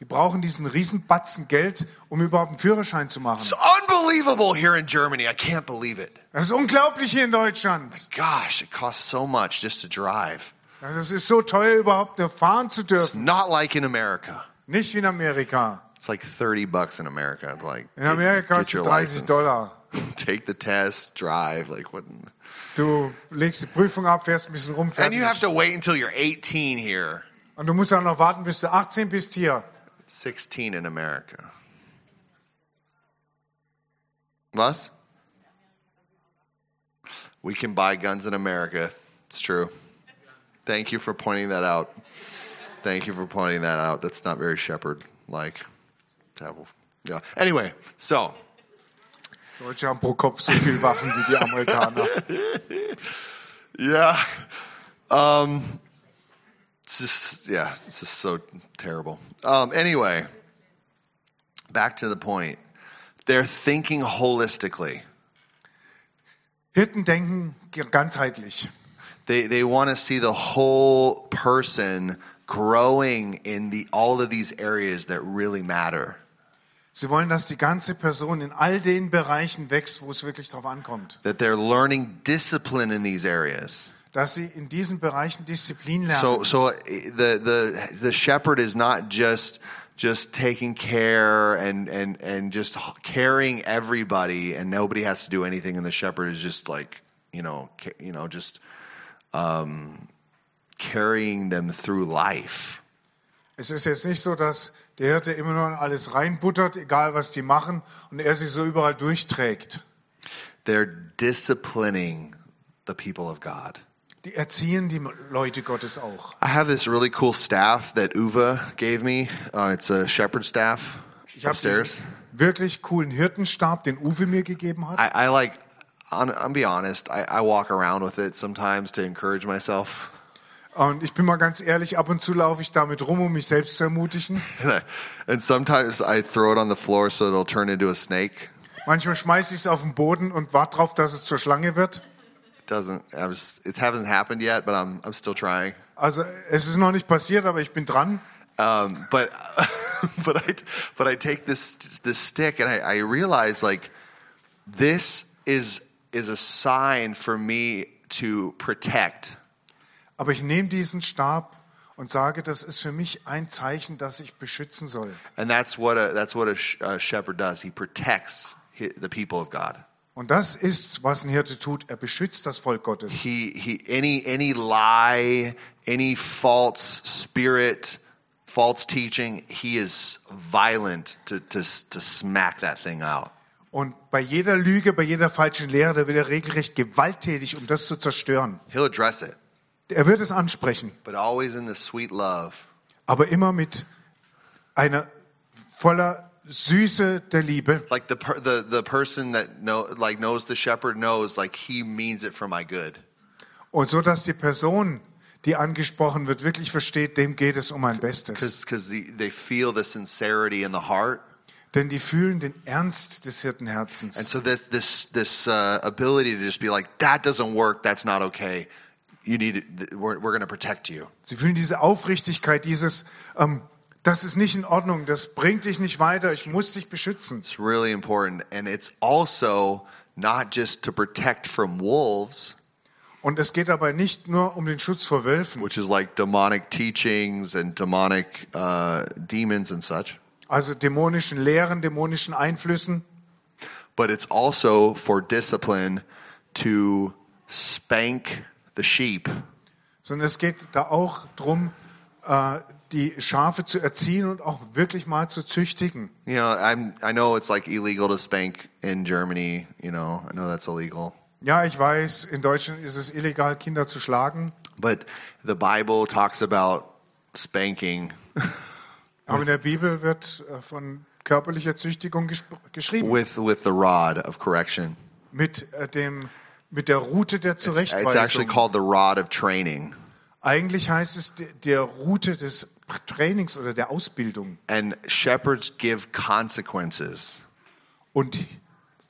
Speaker 2: Die brauchen diesen Riesenbatzen Geld, um überhaupt einen Führerschein zu machen.
Speaker 1: It's unbelievable here in Germany. I can't believe it.
Speaker 2: Das ist unglaublich hier in Deutschland.
Speaker 1: Gosh, it costs so much just to drive.
Speaker 2: Also es ist so teuer, überhaupt nur fahren zu
Speaker 1: It's
Speaker 2: dürfen.
Speaker 1: not like in America.
Speaker 2: Nicht wie in Amerika.
Speaker 1: It's like 30 bucks in America. It's Like
Speaker 2: In Amerika ist es 30 Dollar.
Speaker 1: (laughs) Take the test, drive, like what?
Speaker 2: Du legst die Prüfung ab, fährst ein bisschen rum,
Speaker 1: And you have
Speaker 2: fertig.
Speaker 1: to wait until you're 18 here.
Speaker 2: Und du musst dann noch warten, bis du 18 bist hier.
Speaker 1: It's 16 in America. Was? We can buy guns in America. It's true. Thank you for pointing that out. Thank you for pointing that out. That's not very shepherd like. Yeah. Anyway, so
Speaker 2: Deutsche haben pro Kopf so viel Waffen wie
Speaker 1: (laughs)
Speaker 2: die Amerikaner.
Speaker 1: Yeah. Um, it's just, yeah, it's just so terrible. Um, anyway, back to the point. They're thinking holistically.
Speaker 2: Hirten denken ge- ganzheitlich.
Speaker 1: They, they want to see the whole person growing in the, all of these areas that really matter.
Speaker 2: Sie wollen, dass die ganze Person in all den Bereichen wächst, wo es wirklich drauf ankommt.
Speaker 1: That they're learning discipline in these areas.
Speaker 2: Dass sie in diesen Bereichen Disziplin lernen.
Speaker 1: So, so eh, the the the shepherd is not just just taking care and and and just carrying everybody, and nobody has to do anything, and the shepherd is just like you know ca- you know just um, carrying them through life.
Speaker 2: Es ist jetzt nicht so, dass der Hirte immer nur in alles reinbuttert, egal was die machen, und er sie so überall durchträgt.
Speaker 1: They're disciplining the people of God.
Speaker 2: Die erziehen die Leute Gottes auch.
Speaker 1: I have this really cool staff that Uva gave me. Uh, it's a shepherd staff
Speaker 2: Ich habe
Speaker 1: upstairs.
Speaker 2: wirklich coolen Hirtenstab, den Uwe mir gegeben hat.
Speaker 1: I, I like, on, I'm be honest. I, I walk around with it sometimes to encourage myself. (laughs)
Speaker 2: Und ich bin mal ganz ehrlich, ab und zu laufe ich damit rum, um mich selbst zu ermutigen.
Speaker 1: and sometimes I throw it on the floor so it'll turn into a snake.
Speaker 2: Manchmal schmeiße ich es auf den Boden und warte drauf, dass es zur Schlange wird.
Speaker 1: It doesn't. I was. It hasn't happened yet, but I'm. I'm still trying.
Speaker 2: Also es ist noch nicht passiert, aber ich bin dran.
Speaker 1: Um, but, (laughs) but I. But I take this this stick and I, I realize like, this is is a sign for me to protect.
Speaker 2: Aber ich nehme diesen Stab und sage, das ist für mich ein Zeichen, dass ich beschützen soll.
Speaker 1: And that's what a that's what a, sh- a shepherd does. He protects hi the people of God.
Speaker 2: Und das ist, was ein Hirte tut. Er beschützt das Volk Gottes.
Speaker 1: he he any any lie any false spirit false teaching he is violent to to to smack that thing out
Speaker 2: Und bei jeder Lüge, bei jeder falschen Lehre, da wird er regelrecht gewalttätig, um das zu zerstören.
Speaker 1: he'll address it
Speaker 2: Er wird es ansprechen,
Speaker 1: but always in the sweet love
Speaker 2: aber immer mit einer voller Süße der Liebe.
Speaker 1: like the per, the the person that know like knows the shepherd knows like he means it for my good
Speaker 2: Und so, dass die Person, die angesprochen wird, wirklich versteht, dem geht es um ein Bestes.
Speaker 1: cuz cuz the, they feel the sincerity in the heart
Speaker 2: Denn die fühlen den Ernst des Hirtenherzens.
Speaker 1: and so this this this uh, ability to just be like that doesn't work that's not okay you need th- we're we're going to protect you
Speaker 2: Sie fühlen diese Aufrichtigkeit, dieses, ähm, das ist nicht in Ordnung, das bringt dich nicht weiter, ich muss dich beschützen.
Speaker 1: It's really important. And it's also not just to protect from wolves,
Speaker 2: Und es geht dabei nicht nur um den Schutz vor Wölfen,
Speaker 1: which is like demonic teachings and demonic uh, demons and such,
Speaker 2: also dämonischen Lehren, dämonischen Einflüssen,
Speaker 1: but it's also for discipline to spank the sheep.
Speaker 2: sondern es geht da auch drum, äh, die Schafe zu erziehen und auch wirklich mal zu züchtigen.
Speaker 1: You know, I'm, I know it's like illegal to spank in Germany. You know, I know that's illegal.
Speaker 2: Ja, ich weiß, in Deutschland ist es illegal, Kinder zu schlagen,
Speaker 1: But the Bible talks about spanking
Speaker 2: aber in der Bibel wird äh, von körperlicher Züchtigung gespr- geschrieben,
Speaker 1: with, with the rod of correction.
Speaker 2: mit, äh, dem, mit der Route der
Speaker 1: It's actually
Speaker 2: Zurechtweisung.
Speaker 1: called the rod of training.
Speaker 2: Eigentlich heißt es de- der Route des Trainings oder der Ausbildung.
Speaker 1: and shepherds give consequences
Speaker 2: Und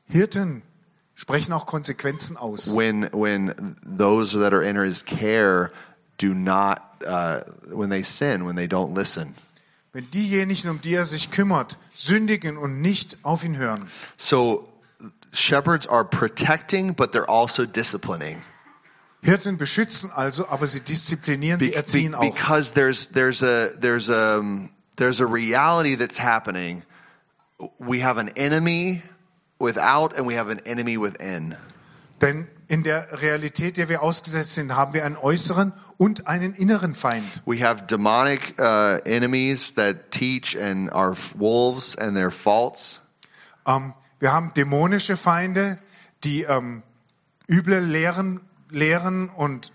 Speaker 2: Hirten sprechen auch Konsequenzen aus,
Speaker 1: when when those that are in his care do not uh, when they sin when they don't listen
Speaker 2: wenn diejenigen, um die er sich kümmert, sündigen und nicht auf ihn hören.
Speaker 1: So shepherds are protecting, but they're also disciplining.
Speaker 2: Hirten beschützen also, aber sie disziplinieren,
Speaker 1: Be-
Speaker 2: sie erziehen
Speaker 1: be-
Speaker 2: auch.
Speaker 1: because there's there's a there's a um, there's a reality that's happening. We have an enemy without, and we have an enemy within.
Speaker 2: Denn in der Realität, der wir ausgesetzt sind, haben wir einen äußeren und einen inneren Feind.
Speaker 1: We have demonic uh, enemies that teach and are f- wolves and their faults.
Speaker 2: Ähm, wir haben dämonische Feinde, die ähm, üble Lehren lehren und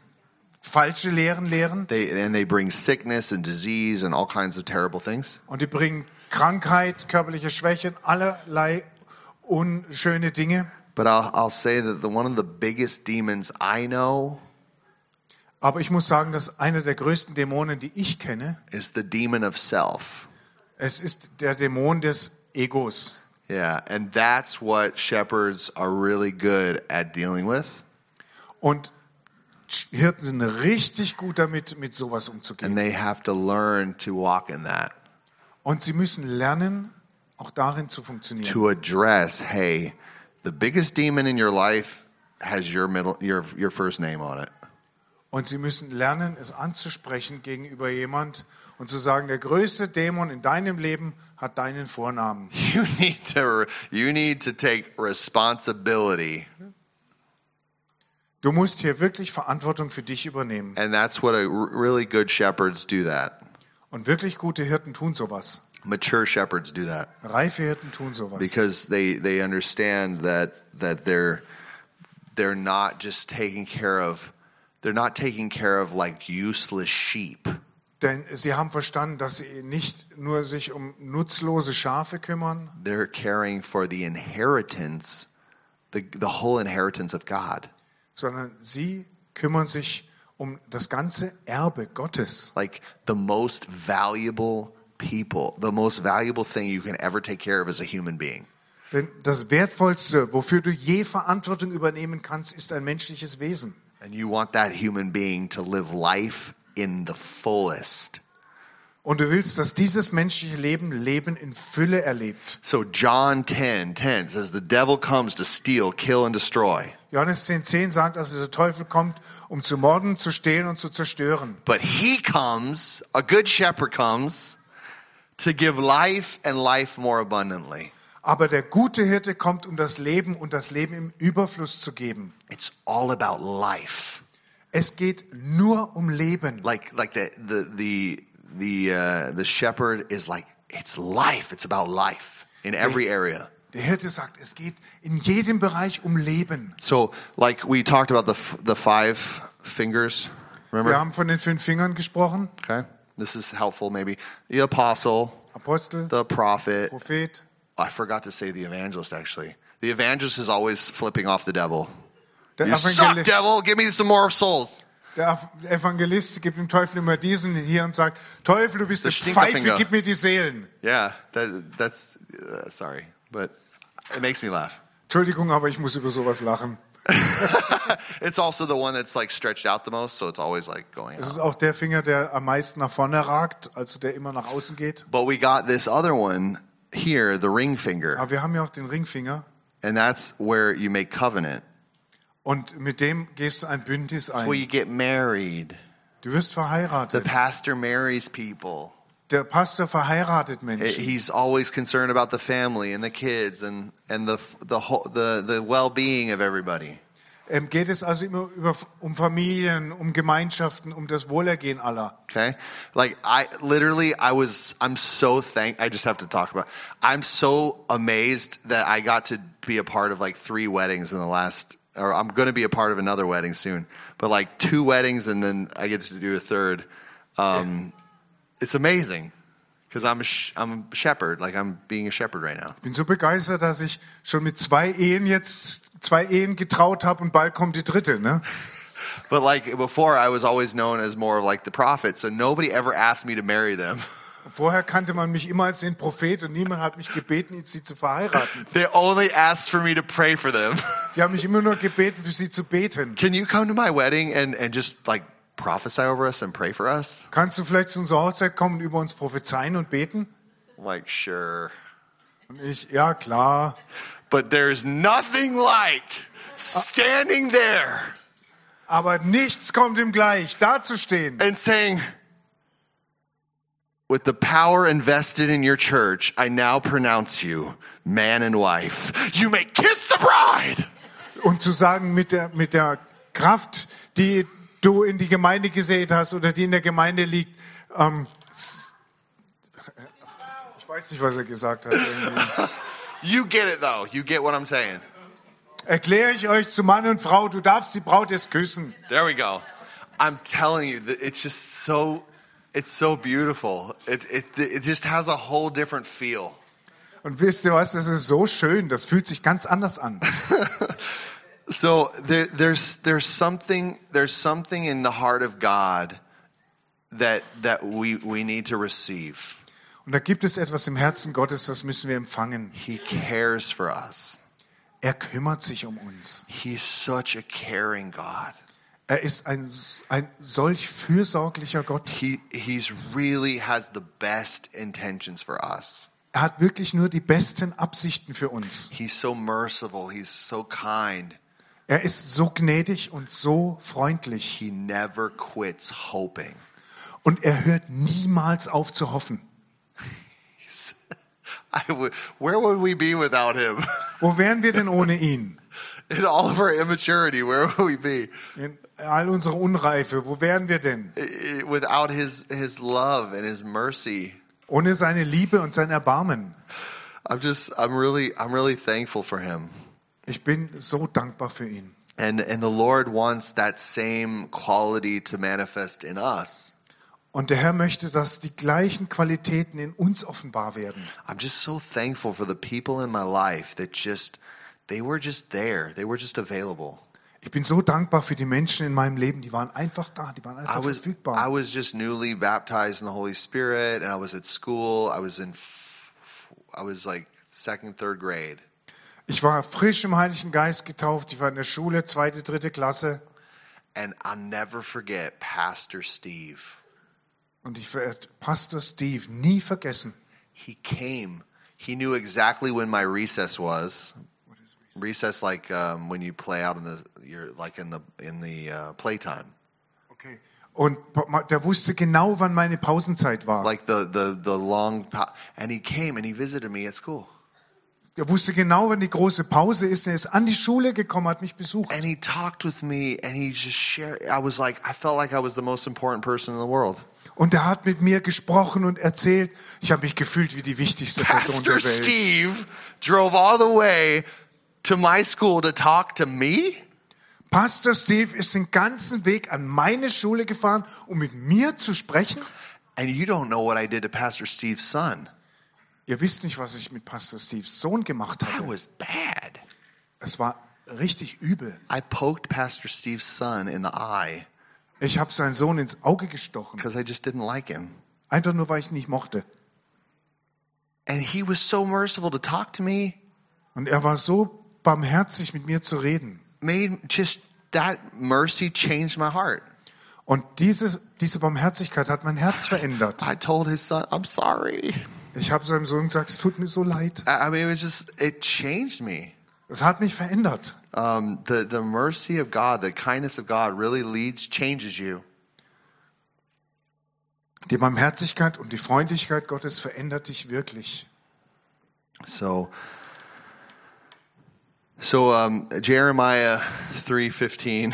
Speaker 2: falsche Lehren lehren.
Speaker 1: They and they bring sickness and disease and all kinds of terrible things.
Speaker 2: Und die bringen Krankheit, körperliche Schwächen, allerlei unschöne Dinge.
Speaker 1: But I'll, I'll say that the one of the biggest demons I know
Speaker 2: Aber ich muss sagen, dass einer der größten Dämonen, die ich kenne,
Speaker 1: is the demon of self.
Speaker 2: es ist der Dämon des Egos.
Speaker 1: Yeah, and that's what shepherds are really good at dealing with.
Speaker 2: Und Hirten sind richtig gut damit, mit sowas umzugehen.
Speaker 1: And they have to learn to walk in that,
Speaker 2: Und sie müssen lernen, auch darin zu funktionieren.
Speaker 1: to address, hey, the biggest demon in your life has your middle your your first name on it.
Speaker 2: Und sie müssen lernen, es anzusprechen gegenüber jemand und zu sagen, der größte Dämon in deinem Leben hat deinen Vornamen.
Speaker 1: (laughs) You need to you need to take responsibility.
Speaker 2: Du musst hier wirklich Verantwortung für dich übernehmen.
Speaker 1: And that's what a r- really good shepherds do that.
Speaker 2: Und wirklich gute Hirten tun sowas.
Speaker 1: Mature shepherds do that.
Speaker 2: Reife Hirten tun sowas.
Speaker 1: because they they understand that that they're they're not just taking care of they're not taking care of like useless sheep
Speaker 2: Denn sie haben verstanden, dass sie nicht nur sich um nutzlose Schafe kümmern,
Speaker 1: they're caring for the inheritance the the whole inheritance of God
Speaker 2: sondern sie kümmern sich um das ganze Erbe Gottes.
Speaker 1: like the most valuable people the most valuable thing you can ever take care of as a human being
Speaker 2: Denn das Wertvollste, wofür du je Verantwortung übernehmen kannst, ist ein menschliches Wesen.
Speaker 1: and you want that human being to live life in the fullest
Speaker 2: Und du willst, dass dieses menschliche Leben Leben in Fülle erlebt.
Speaker 1: so John 10 10 says the devil comes to steal kill and destroy
Speaker 2: Johannes 10,10 sagt, also der Teufel kommt, um zu morden, zu stehlen und zu zerstören.
Speaker 1: But he comes, a good shepherd comes to give life and life more abundantly.
Speaker 2: Aber der gute Hirte kommt, um das Leben und das Leben im Überfluss zu geben.
Speaker 1: It's all about life.
Speaker 2: Es geht nur um Leben.
Speaker 1: Like like the the the the uh, the shepherd is like it's life. It's about life in every area.
Speaker 2: Der Hirte sagt, es geht in jedem Bereich um Leben.
Speaker 1: So like we talked about the f- the five fingers. Remember?
Speaker 2: Wir haben von den fünf Fingern gesprochen.
Speaker 1: Okay. This is helpful maybe. The apostle,
Speaker 2: Apostel,
Speaker 1: the prophet.
Speaker 2: Prophet.
Speaker 1: I forgot to say the evangelist actually. The evangelist is always flipping off the devil.
Speaker 2: Der,
Speaker 1: You suck,
Speaker 2: Evangeli
Speaker 1: devil. Give me some more souls.
Speaker 2: der Ev- Evangelist gibt dem Teufel immer diesen hier und sagt, Teufel, du bist eine Pfeife,
Speaker 1: Stinkerfinger.
Speaker 2: gib mir die Seelen.
Speaker 1: Yeah, that, that's uh, sorry, but it makes me laugh.
Speaker 2: Entschuldigung, aber ich muss über sowas lachen.
Speaker 1: It's also the one that's like stretched out the most, so it's always like going
Speaker 2: Das
Speaker 1: out.
Speaker 2: ist auch der Finger, der am meisten nach vorne ragt, also der immer nach außen geht.
Speaker 1: But we got this other one here, the ring finger,
Speaker 2: Aber wir haben ja auch den Ringfinger
Speaker 1: and that's where you make covenant.
Speaker 2: und mit dem gehst du ein Bündnis
Speaker 1: Where
Speaker 2: ein.
Speaker 1: you get married.
Speaker 2: Du wirst
Speaker 1: The
Speaker 2: verheiratet.
Speaker 1: pastor marries people.
Speaker 2: Der Pastor verheiratet
Speaker 1: It-
Speaker 2: Menschen.
Speaker 1: He's always concerned about the family and the kids and and the the whole, the the well-being of everybody.
Speaker 2: Ähm, geht es also immer über, um Familien, um Gemeinschaften, um das Wohlergehen aller.
Speaker 1: Okay. Like I literally I was I'm so thank I just have to talk about I'm so amazed that I got to be a part of like three weddings in the last or I'm going to be a part of another wedding soon. But like two weddings and then I get to do a third. Um it's amazing cuz I'm a sh- I'm a shepherd, like I'm being a shepherd right now.
Speaker 2: Bin so begeistert, dass ich schon mit zwei Ehen jetzt zwei Ehen getraut habe und bald kommt die dritte. Ne?
Speaker 1: But like before I was always known as more of like the prophet, so nobody ever asked me to marry them. (laughs)
Speaker 2: Vorher kannte man mich immer als den Prophet und niemand hat mich gebeten, sie zu verheiraten.
Speaker 1: They only asked for me to pray for them. (laughs)
Speaker 2: Die haben mich immer nur gebeten, für sie zu beten.
Speaker 1: Can you come to my wedding and, and just like prophesy over us and pray for us?
Speaker 2: Kannst du vielleicht zu unserer Hochzeit kommen und über uns prophezeien und beten?
Speaker 1: I'm like, sure.
Speaker 2: Und ich, ja klar.
Speaker 1: But there's nothing like standing there
Speaker 2: Aber nichts kommt ihm gleich, dazustehen.
Speaker 1: and saying, with the power invested in your church, I now pronounce you man and wife. You may kiss the bride.
Speaker 2: Und um zu sagen, mit der, mit der Kraft, die du in die Gemeinde gesät hast oder die in der Gemeinde liegt, ähm, s- ich weiß nicht, was er gesagt hat. irgendwie.
Speaker 1: You get it though. You get what I'm saying.
Speaker 2: Erkläre ich euch zu Mann und Frau, du darfst die Braut jetzt küssen.
Speaker 1: There we go. I'm telling you, that it's just so, it's so beautiful. It, it, it just has a whole different feel.
Speaker 2: Und wisst ihr was, das ist so schön, das fühlt sich ganz anders an.
Speaker 1: So there, there's there's something there's something in the heart of God that that we we need to receive.
Speaker 2: Und da gibt es etwas im Herzen Gottes, das müssen wir empfangen.
Speaker 1: He cares for us.
Speaker 2: Er kümmert sich um uns.
Speaker 1: He's such a caring God.
Speaker 2: Er ist ein, s- ein solch fürsorglicher Gott.
Speaker 1: He he's really has the best intentions for us.
Speaker 2: Er hat wirklich nur die besten Absichten für uns.
Speaker 1: He's so merciful, he's so kind.
Speaker 2: Er ist so gnädig und so freundlich.
Speaker 1: He never quits hoping.
Speaker 2: Und er hört niemals auf zu hoffen.
Speaker 1: (laughs) I would, where would we be without him? (laughs)
Speaker 2: Wo wären wir denn ohne ihn?
Speaker 1: in all of our immaturity, where would we be?
Speaker 2: In all unserer Unreife, wo wären wir denn?
Speaker 1: I- I- Without his his love and his mercy.
Speaker 2: Ohne seine Liebe und sein Erbarmen.
Speaker 1: I'm just I'm really I'm really thankful for him.
Speaker 2: Ich bin so dankbar für ihn.
Speaker 1: And and the Lord wants that same quality to manifest in us.
Speaker 2: Und der Herr möchte, dass die gleichen Qualitäten in uns offenbar werden.
Speaker 1: I'm just so thankful for the people in my life that just they were just there. They were just available.
Speaker 2: Ich bin so dankbar für die Menschen in meinem Leben, die waren einfach da, die waren
Speaker 1: I
Speaker 2: einfach
Speaker 1: was I
Speaker 2: verfügbar.
Speaker 1: was just newly baptized in the Holy Spirit and I was at school. I was in f- f- I was like second third grade.
Speaker 2: Ich war frisch im Heiligen Geist getauft, ich war in der Schule, zweite, dritte Klasse.
Speaker 1: And I'll never forget Pastor Steve.
Speaker 2: Und ich werde Pastor Steve nie vergessen.
Speaker 1: he came. He knew exactly when my recess was. recess? like um, when you play out in the you're like in the in the uh, playtime,
Speaker 2: Okay. Und Pa- Ma- der wusste genau, wann meine Pausenzeit war.
Speaker 1: like the the the long. Pa- and he came and he visited me at school,
Speaker 2: Der wusste genau, wann die große Pause ist. Er ist an die Schule gekommen, hat mich besucht.
Speaker 1: and he talked with me, and he just shared. I was like, I felt like I was the most important person in the world.
Speaker 2: Und er hat mit mir gesprochen und erzählt. Ich habe mich gefühlt wie die wichtigste Person
Speaker 1: Pastor
Speaker 2: der Welt.
Speaker 1: Steve drove all the way to my school to talk to me.
Speaker 2: Pastor Steve ist den ganzen Weg an meine Schule gefahren, um mit mir zu sprechen.
Speaker 1: And you don't know what I did to Pastor Steve's son.
Speaker 2: Ihr wisst nicht, was ich mit Pastor Steves Sohn gemacht
Speaker 1: I
Speaker 2: hatte.
Speaker 1: was bad.
Speaker 2: Es war richtig übel.
Speaker 1: I poked Pastor Steve's son in the eye
Speaker 2: Ich habe seinen Sohn ins Auge gestochen.
Speaker 1: because I just didn't like him.
Speaker 2: Einfach nur, weil ich ihn nicht mochte.
Speaker 1: And he was so merciful to talk to me,
Speaker 2: Und er war so barmherzig, mit mir zu reden.
Speaker 1: made just that mercy changed my heart.
Speaker 2: Und dieses, diese Barmherzigkeit hat mein Herz verändert.
Speaker 1: I told his son, I'm sorry.
Speaker 2: Ich habe seinem Sohn gesagt, es tut mir so leid.
Speaker 1: I I mean, it was just, it changed me.
Speaker 2: Es hat mich verändert.
Speaker 1: Um, the, the mercy of God, the kindness of God really leads, changes you.
Speaker 2: Die Barmherzigkeit und die Freundlichkeit Gottes verändert dich wirklich.
Speaker 1: So, so um, Jeremiah 3.15,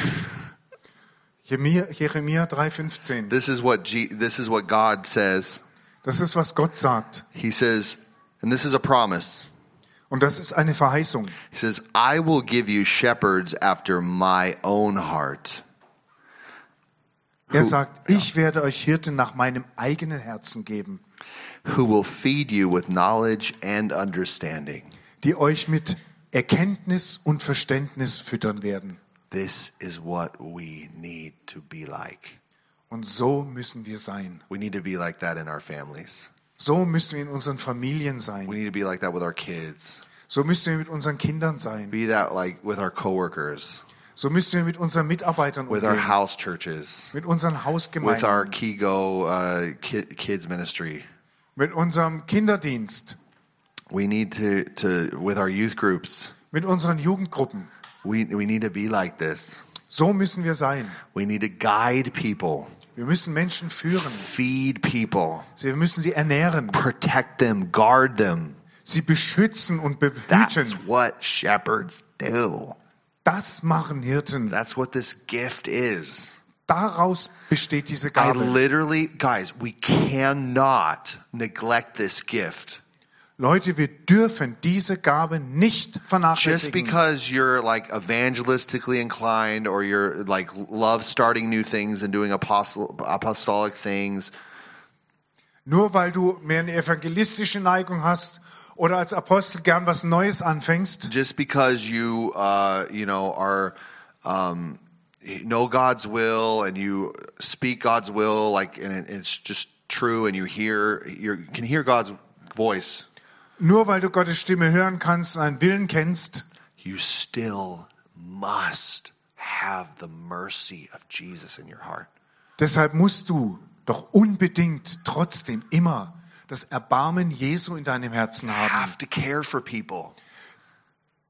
Speaker 2: Jeremia, Jeremia 3,15.
Speaker 1: this is what G, this is what God says.
Speaker 2: Das ist, was Gott sagt.
Speaker 1: He says, and this is a promise.
Speaker 2: Und das ist eine Verheißung.
Speaker 1: He says, I will give you shepherds after my own heart.
Speaker 2: Er sagt, ich werde euch Hirten nach meinem eigenen Herzen geben,
Speaker 1: Who will feed you with knowledge and understanding?
Speaker 2: die euch mit Erkenntnis und Verständnis füttern werden.
Speaker 1: This is what we need to be like.
Speaker 2: Und so müssen wir sein.
Speaker 1: We need to be like that in our families.
Speaker 2: So müssen wir in unseren Familien sein.
Speaker 1: We need to be like that with our kids.
Speaker 2: So müssen wir mit unseren Kindern sein.
Speaker 1: Be that like with our coworkers.
Speaker 2: So müssen wir mit unseren Mitarbeitern
Speaker 1: with our
Speaker 2: umgehen,
Speaker 1: house churches,
Speaker 2: mit unseren
Speaker 1: with
Speaker 2: Hausgemeinden,
Speaker 1: our Kigo uh, ki- kids ministry.
Speaker 2: mit unserem Kinderdienst,
Speaker 1: We need to, to with our youth groups.
Speaker 2: mit unseren Jugendgruppen.
Speaker 1: We, we need to be like this.
Speaker 2: So müssen wir sein.
Speaker 1: We need to guide people,
Speaker 2: Wir müssen Menschen führen.
Speaker 1: feed people,
Speaker 2: Sie- Wir müssen sie ernähren,
Speaker 1: protect them, guard them.
Speaker 2: sie beschützen und
Speaker 1: That's
Speaker 2: behüten.
Speaker 1: what shepherds do.
Speaker 2: Das machen Hirten.
Speaker 1: That's what this gift is.
Speaker 2: Daraus besteht diese
Speaker 1: I
Speaker 2: Gabe.
Speaker 1: literally, guys, we cannot neglect this gift.
Speaker 2: Leute, wir dürfen diese Gabe nicht
Speaker 1: Just
Speaker 2: vernachlässigen.
Speaker 1: because you're like evangelistically inclined or you're like love starting new things and doing apostle, apostolic things,
Speaker 2: Nur weil du mehr eine evangelistische Neigung hast oder als Apostel gern was Neues anfängst,
Speaker 1: just because you uh, you know are um, know God's will and you speak God's will like and it- it's just true and you hear you can hear God's voice
Speaker 2: nur weil du Gottes Stimme hören kannst, seinen Willen kennst,
Speaker 1: you still must have the mercy of Jesus in your heart
Speaker 2: deshalb musst du doch unbedingt trotzdem immer das Erbarmen Jesu in deinem Herzen haben.
Speaker 1: have to care for people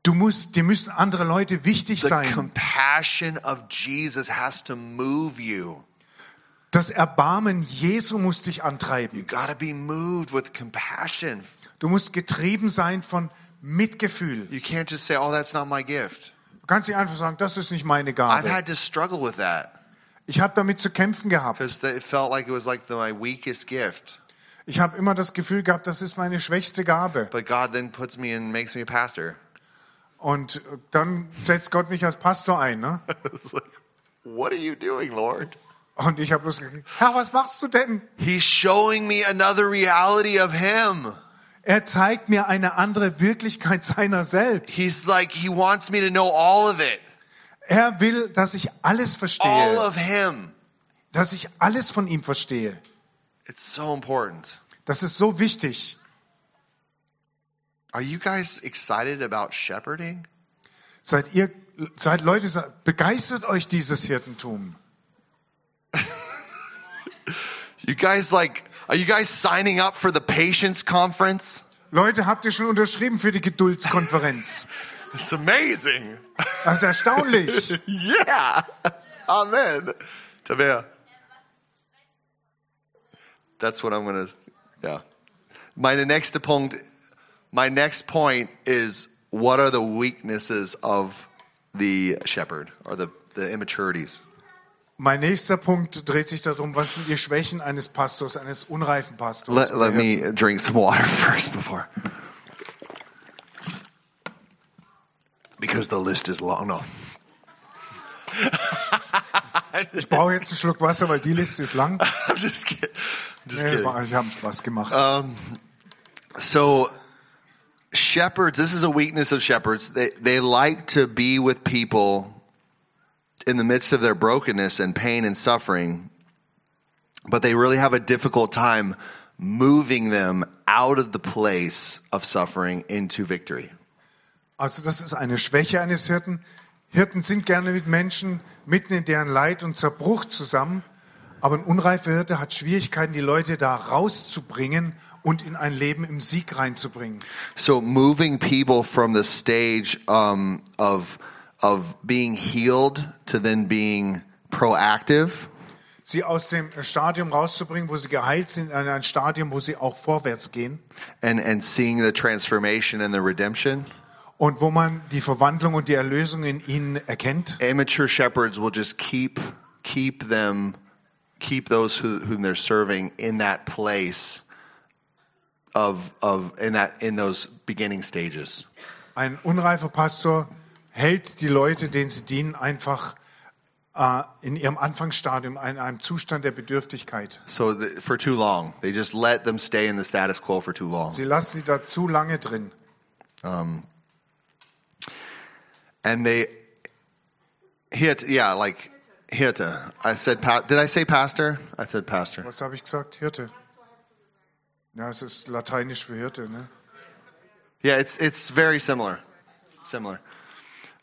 Speaker 2: Du musst, dir müssen andere Leute wichtig
Speaker 1: the
Speaker 2: sein.
Speaker 1: compassion of Jesus has to move you
Speaker 2: Das Erbarmen Jesu muss dich antreiben.
Speaker 1: got to be moved with compassion
Speaker 2: Du musst getrieben sein von Mitgefühl.
Speaker 1: you can't just say oh that's not my gift
Speaker 2: Du kannst nicht einfach sagen, das ist nicht meine
Speaker 1: I've
Speaker 2: Gabe.
Speaker 1: had to struggle with that
Speaker 2: Ich habe damit zu kämpfen gehabt.
Speaker 1: because it felt like it was like the, my weakest gift.
Speaker 2: Ich habe immer das Gefühl gehabt, das ist meine schwächste Gabe.
Speaker 1: But God then puts me and makes me a pastor. (laughs)
Speaker 2: Und dann setzt Gott mich als Pastor ein. Ne?
Speaker 1: it's like, what are you doing, Lord?
Speaker 2: Und ich habe bloß gesagt, Herr, was machst du denn?
Speaker 1: He's showing me another reality of Him.
Speaker 2: Er zeigt mir eine andere Wirklichkeit seiner selbst.
Speaker 1: He's like, He wants me to know all of it,
Speaker 2: Er will, dass ich alles
Speaker 1: all
Speaker 2: verstehe,
Speaker 1: of Him.
Speaker 2: dass ich alles von ihm verstehe.
Speaker 1: It's so important.
Speaker 2: Das ist so wichtig.
Speaker 1: Are you guys excited about shepherding?
Speaker 2: Seid ihr, seid Leute, se- begeistert euch dieses Hirtentum.
Speaker 1: You guys like, are you guys signing up for the patience conference?
Speaker 2: Leute, habt ihr schon unterschrieben für die Geduldskonferenz?
Speaker 1: It's amazing.
Speaker 2: Das ist erstaunlich.
Speaker 1: (laughs) Yeah. Amen. Tabea. That's what I'm gonna yeah. My next point my next point is what are the weaknesses of the shepherd or the, the immaturities?
Speaker 2: Mein nächster Punkt dreht sich darum, was sind die Schwächen eines Pastors, eines unreifen Pastors?
Speaker 1: Let, let me drink some water (laughs) first before because the list is long no.
Speaker 2: Ich brauche jetzt einen Schluck Wasser, weil die Liste ist lang.
Speaker 1: (laughs) I'm just kidding. I'm just
Speaker 2: Nee,
Speaker 1: kidding.
Speaker 2: wir haben Spaß gemacht.
Speaker 1: So shepherds, this is a weakness of shepherds. They they like to be with people in the midst of their brokenness and pain and suffering, but they really have a difficult time moving them out of the place of suffering into victory.
Speaker 2: Also das ist eine Schwäche eines Hirten. Hirten sind gerne mit Menschen mitten in deren Leid und Zerbruch zusammen. Aber ein unreifer Hirte hat Schwierigkeiten, die Leute da rauszubringen und in ein Leben im Sieg reinzubringen.
Speaker 1: So moving people from the stage um, of of being healed to then being proactive
Speaker 2: Sie aus dem Stadium rauszubringen, wo sie geheilt sind, in ein Stadium, wo sie auch vorwärts gehen
Speaker 1: and and seeing the transformation and the redemption.
Speaker 2: und wo man die Verwandlung und die Erlösung in ihnen erkennt.
Speaker 1: immature shepherds will just keep keep them keep those who, whom they're serving in that place of of in that in those beginning stages
Speaker 2: Ein unreifer Pastor hält die Leute, denen sie dienen, einfach äh, in ihrem Anfangsstadium, in einem Zustand der Bedürftigkeit.
Speaker 1: so th for too long they just let them stay in the status quo for too long
Speaker 2: Sie lassen sie da zu lange drin.
Speaker 1: and they hit yeah like hit i said pa- did i say pastor i said pastor
Speaker 2: Was habe ich gesagt? Hirte. Ja, es ist lateinisch für Hirte. Ne?
Speaker 1: Yeah, it's it's very similar, similar.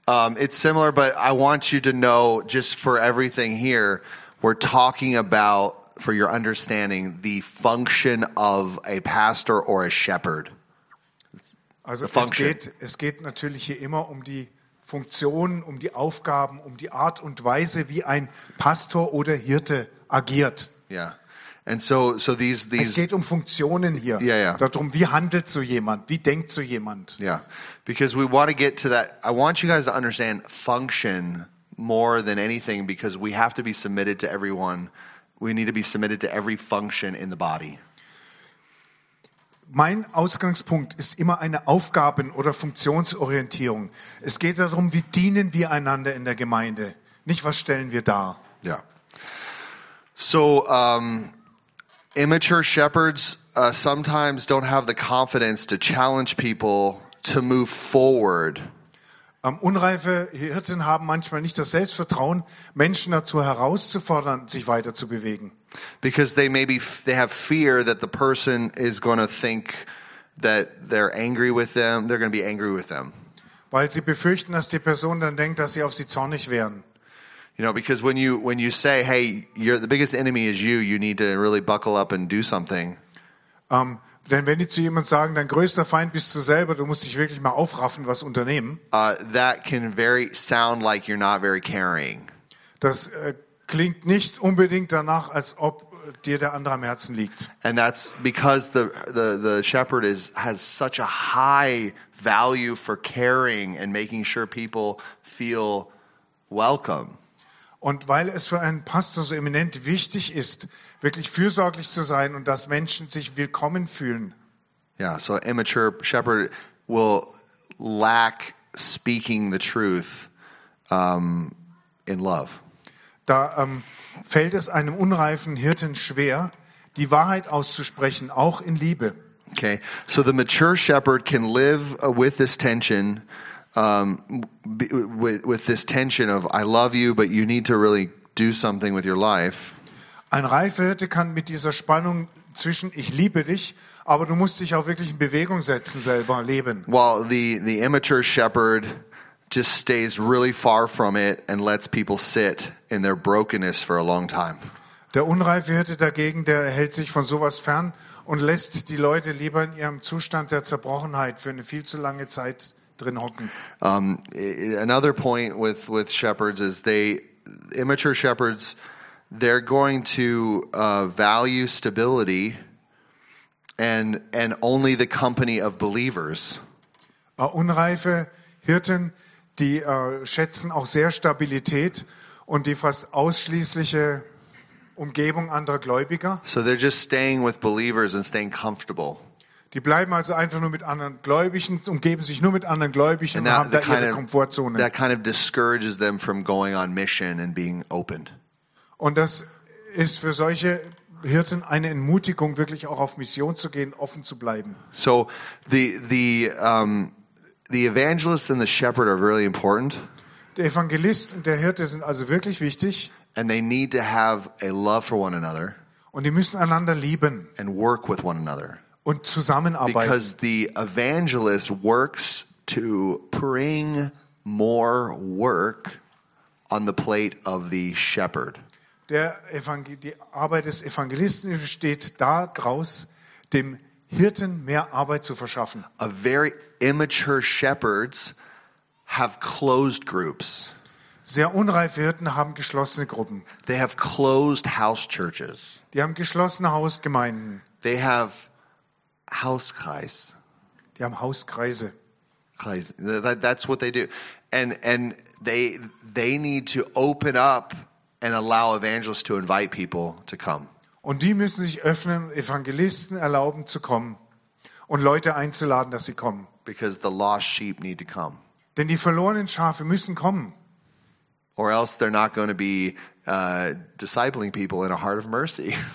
Speaker 1: Um, it's similar, but I want you to know just for everything here, we're talking about, for your understanding, the function of a pastor or a shepherd.
Speaker 2: Also es
Speaker 1: function.
Speaker 2: geht, es geht natürlich hier immer um die Funktionen, um die Aufgaben, um die Art und Weise, wie ein Pastor oder Hirte agiert.
Speaker 1: Yeah. And so, so these,
Speaker 2: Es
Speaker 1: these,
Speaker 2: geht um Funktionen hier.
Speaker 1: Ja, ja.
Speaker 2: Darum, wie handelt so jemand? Wie denkt so jemand?
Speaker 1: yeah, because we want to get to that. I want you guys to understand function more than anything because we have to be submitted to everyone. We need to be submitted to every function in the body.
Speaker 2: Mein Ausgangspunkt ist immer eine Aufgaben- oder Funktionsorientierung. Es geht darum, wie dienen wir einander in der Gemeinde, nicht was stellen wir dar.
Speaker 1: Yeah. So, um, immature shepherds uh, sometimes don't have the confidence to challenge people to move forward.
Speaker 2: Ähm, unreife Hirten haben manchmal nicht das Selbstvertrauen, Menschen dazu herauszufordern, sich weiter zu bewegen.
Speaker 1: because they maybe they have fear that the person is going to think that they're angry with them. They're going to be angry with them.
Speaker 2: Weil sie befürchten, dass die Person dann denkt, dass sie auf sie zornig wären.
Speaker 1: You know, because when you when you say, "Hey, you're the biggest enemy is you," you need to really buckle up and do something.
Speaker 2: Ähm, denn wenn die zu jemand sagen, dein größter Feind bist du selber, du musst dich wirklich mal aufraffen, was unternehmen,
Speaker 1: Uh, that can very sound like you're not very caring.
Speaker 2: das äh, klingt nicht unbedingt danach, als ob äh, dir der andere am Herzen liegt.
Speaker 1: And that's because the, the, the shepherd is, has such a high value for caring and making sure people feel welcome.
Speaker 2: Und weil es für einen Pastor so eminent wichtig ist, wirklich fürsorglich zu sein und dass Menschen sich willkommen fühlen,
Speaker 1: Yeah, so immature shepherd will lack speaking the truth um, in love.
Speaker 2: da ähm, fällt es einem unreifen Hirten schwer, die Wahrheit auszusprechen, auch in Liebe.
Speaker 1: Okay, so the mature shepherd can live uh, with this tension, um, b- with, with this tension of I love you, but you need to really do something with your life.
Speaker 2: Ein reifer Hirte kann mit dieser Spannung zwischen ich liebe dich, aber du musst dich auch wirklich in Bewegung setzen, selber leben.
Speaker 1: While the the immature shepherd just stays really far from it and lets people sit in their brokenness for a long time.
Speaker 2: Der unreife Hirte dagegen, der hält sich von sowas fern und lässt die Leute lieber in ihrem Zustand der Zerbrochenheit für eine viel zu lange Zeit drin hocken.
Speaker 1: Um, i- i- another point with with shepherds is they immature shepherds they're going to uh, value stability and and only the company of believers.
Speaker 2: Äh, unreife Hirten, die äh, schätzen auch sehr Stabilität und die fast ausschließliche Umgebung anderer Gläubiger.
Speaker 1: So they're just staying with believers and staying comfortable.
Speaker 2: Die bleiben also einfach nur mit anderen Gläubigen, umgeben sich nur mit anderen Gläubigen und haben
Speaker 1: that
Speaker 2: da
Speaker 1: kind
Speaker 2: ihre
Speaker 1: of
Speaker 2: Komfortzone.
Speaker 1: that kind of discourages them from going on mission and being opened.
Speaker 2: Und das ist für solche Hirten eine Entmutigung, wirklich auch auf Mission zu gehen, offen zu bleiben.
Speaker 1: So the the um, the evangelist and the shepherd are really important,
Speaker 2: Der Evangelist und der Hirte sind also wirklich wichtig
Speaker 1: and they need to have a love for one another.
Speaker 2: und die müssen einander lieben
Speaker 1: and work with one another
Speaker 2: und zusammenarbeiten.
Speaker 1: because the evangelist works to bring more work on the plate of the shepherd.
Speaker 2: Der Evangel die Arbeit des Evangelisten besteht daraus, dem Hirten mehr Arbeit zu verschaffen.
Speaker 1: A very immature shepherds have closed groups.
Speaker 2: Sehr unreife Hirten haben geschlossene Gruppen.
Speaker 1: They have closed house churches.
Speaker 2: Die haben geschlossene Hausgemeinden.
Speaker 1: They have Hauskreis.
Speaker 2: Die haben Hauskreise.
Speaker 1: Guys, th- that- That's what they do, and and they they need to open up and allow evangelists to invite people to come.
Speaker 2: Und die müssen sich öffnen und Evangelisten erlauben zu kommen und Leute einzuladen, dass sie kommen.
Speaker 1: because the lost sheep need to come,
Speaker 2: Denn die verlorenen Schafe müssen kommen.
Speaker 1: or else they're not going to be uh, discipling people in a heart of mercy. (laughs)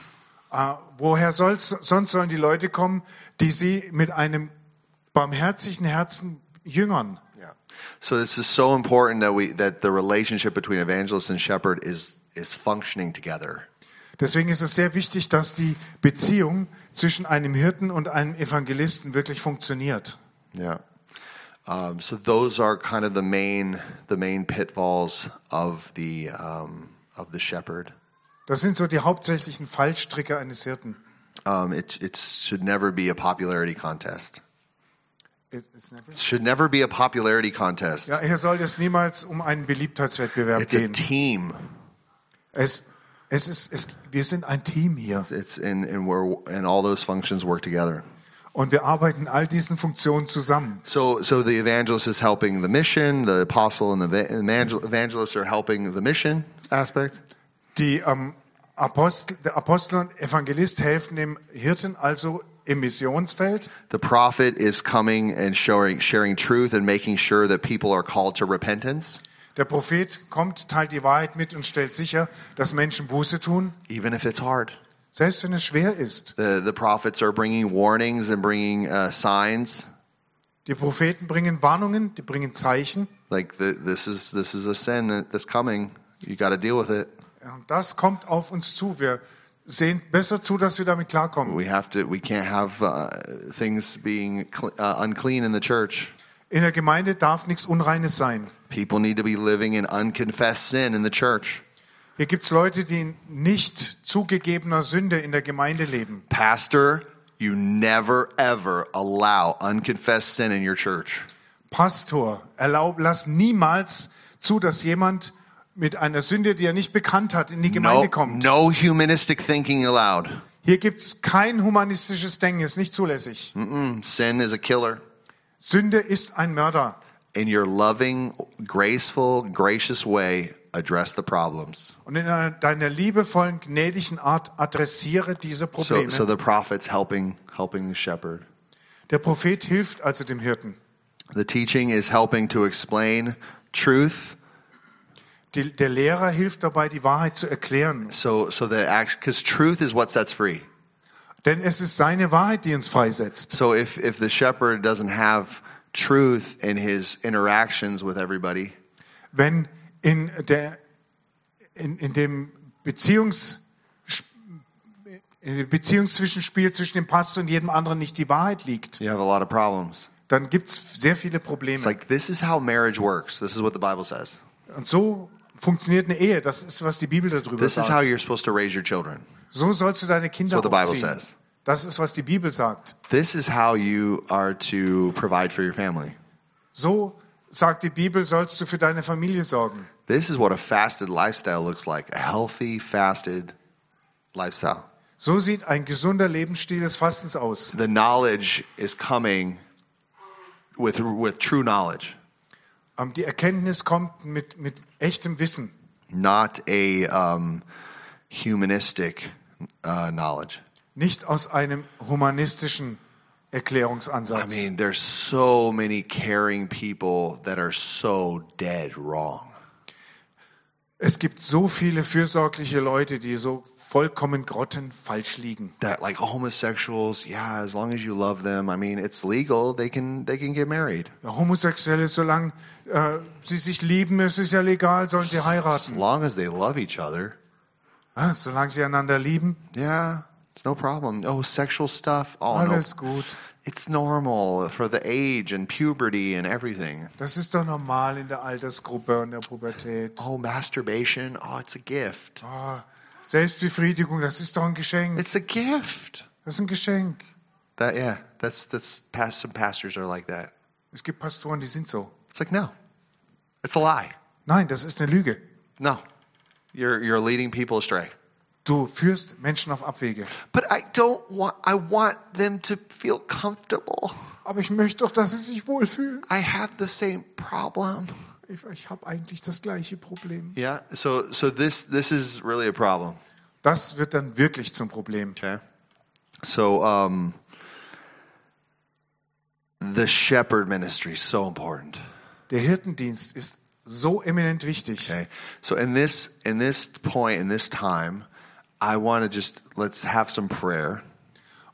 Speaker 2: Äh, woher soll's, sonst sollen die Leute kommen, die sie mit einem barmherzigen Herzen jüngern?
Speaker 1: yeah. So this is so important that we that the relationship between evangelist and shepherd is is functioning together.
Speaker 2: Deswegen ist es sehr wichtig, dass die Beziehung zwischen einem Hirten und einem Evangelisten wirklich funktioniert.
Speaker 1: Yeah. Um, so those are kind of the main the main pitfalls of the um, of the shepherd.
Speaker 2: Das sind so die hauptsächlichen Fallstricke eines Hirten.
Speaker 1: Um, it it should never be a popularity contest.
Speaker 2: It- it's never-
Speaker 1: It should never be a popularity contest.
Speaker 2: Ja, hier soll es niemals um einen Beliebtheitswettbewerb
Speaker 1: It's a
Speaker 2: gehen.
Speaker 1: team.
Speaker 2: Es, es ist, es, wir sind ein Team hier
Speaker 1: It's in and we're and all those functions work together.
Speaker 2: und wir arbeiten in all diesen Funktionen zusammen.
Speaker 1: So, so the evangelist is helping the mission. The apostle and the va- evangel- evangelists are helping the mission aspect.
Speaker 2: Die ähm, Apostel, der Apostel und Evangelist helfen dem Hirten also im Missionsfeld.
Speaker 1: The prophet is coming and showing, sharing truth and making sure that people are called to repentance,
Speaker 2: Der Prophet kommt, teilt die Wahrheit mit und stellt sicher, dass Menschen Buße tun,
Speaker 1: even if it's hard.
Speaker 2: selbst wenn es schwer ist.
Speaker 1: The, the prophets are bringing warnings and bringing uh, signs.
Speaker 2: Die Propheten bringen Warnungen, die bringen Zeichen.
Speaker 1: Like the, this is this is a sin that's coming. You got to deal with it.
Speaker 2: Ja, und Das kommt auf uns zu. Wir sehen besser zu, dass wir damit klarkommen.
Speaker 1: We have to. We can't have uh, things being cle uh, unclean in the church.
Speaker 2: In der Gemeinde darf nichts Unreines sein.
Speaker 1: People need to be living in unconfessed sin in the church.
Speaker 2: Hier gibt's Leute, die in nicht zugegebener Sünde in der Gemeinde leben.
Speaker 1: Pastor, you never ever allow unconfessed sin in your church.
Speaker 2: Pastor, erlaub, lass niemals zu, dass jemand mit einer Sünde, die er nicht bekannt hat, in die Gemeinde
Speaker 1: No,
Speaker 2: kommt.
Speaker 1: no humanistic thinking allowed.
Speaker 2: Hier gibt's kein humanistisches Denken, ist nicht zulässig.
Speaker 1: Hm. Sin is a killer.
Speaker 2: Sünde ist ein Mörder.
Speaker 1: In your loving, graceful, gracious way, address the problems.
Speaker 2: Und in einer- deiner liebevollen, gnädigen Art adressiere diese
Speaker 1: So,
Speaker 2: Probleme.
Speaker 1: so the prophet's helping helping the shepherd.
Speaker 2: der Prophet hilft also dem Hirten.
Speaker 1: The teaching is helping to explain truth.
Speaker 2: Die, der Lehrer hilft dabei, die Wahrheit zu erklären.
Speaker 1: So so that act because truth is what sets free.
Speaker 2: Denn es ist seine Wahrheit, die uns freisetzt.
Speaker 1: So if if the shepherd doesn't have truth in his interactions with everybody,
Speaker 2: wenn in, der, in, in dem Beziehungs, in dem Beziehungszwischenspiel zwischen dem Pastor und jedem anderen nicht die Wahrheit liegt,
Speaker 1: you have a lot of problems.
Speaker 2: dann gibt es sehr viele
Speaker 1: It's
Speaker 2: Probleme.
Speaker 1: like this is how marriage works. This is what the Bible says.
Speaker 2: und so funktioniert eine Ehe. Das ist, was die Bibel darüber
Speaker 1: This is how
Speaker 2: sagt.
Speaker 1: you're supposed to raise your children.
Speaker 2: So sollst du deine Kinder
Speaker 1: That's what the Bible
Speaker 2: aufziehen.
Speaker 1: says.
Speaker 2: Das ist, was die Bibel sagt.
Speaker 1: This is how you are to provide for your family.
Speaker 2: So sagt die Bibel, sollst du für deine Familie sorgen.
Speaker 1: This is what a fasted lifestyle looks like. A healthy fasted lifestyle.
Speaker 2: So sieht ein gesunder Lebensstil des Fastens aus.
Speaker 1: The knowledge is coming with with true knowledge,
Speaker 2: Ähm, Die Erkenntnis kommt mit, mit echtem Wissen.
Speaker 1: not a um, humanistic uh, knowledge.
Speaker 2: nicht aus einem humanistischen Erklärungsansatz.
Speaker 1: I mean, there's so many caring people that are so dead wrong.
Speaker 2: Es gibt so viele fürsorgliche Leute, die so vollkommen grottenfalsch liegen.
Speaker 1: that like homosexuals, yeah, as long as you love them, I mean, it's legal. They can they can get married.
Speaker 2: Homosexuelle, solange äh, sie sich lieben, es ist ja legal, sollen sie
Speaker 1: As
Speaker 2: heiraten.
Speaker 1: long as they love each other,
Speaker 2: Ah, solange sie einander lieben,
Speaker 1: yeah, it's no problem. Oh, sexual stuff. Oh no,
Speaker 2: alles gut.
Speaker 1: it's normal for the age and puberty and everything.
Speaker 2: Das ist doch normal in der Altersgruppe und der Pubertät.
Speaker 1: Oh, masturbation. Oh, it's a gift.
Speaker 2: Ah, Selbstbefriedigung, das ist doch ein Geschenk.
Speaker 1: It's a gift.
Speaker 2: Das ist ein Geschenk.
Speaker 1: That yeah, that's that's past some pastors are like that.
Speaker 2: Es gibt Pastoren, die sind so.
Speaker 1: It's like no, it's a lie.
Speaker 2: Nein, das ist eine Lüge.
Speaker 1: No, you're you're leading people astray.
Speaker 2: Du führst Menschen auf Abwege.
Speaker 1: But I don't want, I want them to feel comfortable.
Speaker 2: Aber ich möchte doch, dass sie sich wohlfühlen.
Speaker 1: I have the same problem.
Speaker 2: Ich, ich habe eigentlich das gleiche Problem.
Speaker 1: Yeah. So, so this, this is really a problem.
Speaker 2: Das wird dann wirklich zum Problem.
Speaker 1: Okay. So, um, the shepherd ministry is so important.
Speaker 2: Der Hirtendienst ist so eminent wichtig.
Speaker 1: Okay. So in this, in this point, in this time, I want to just, let's have some prayer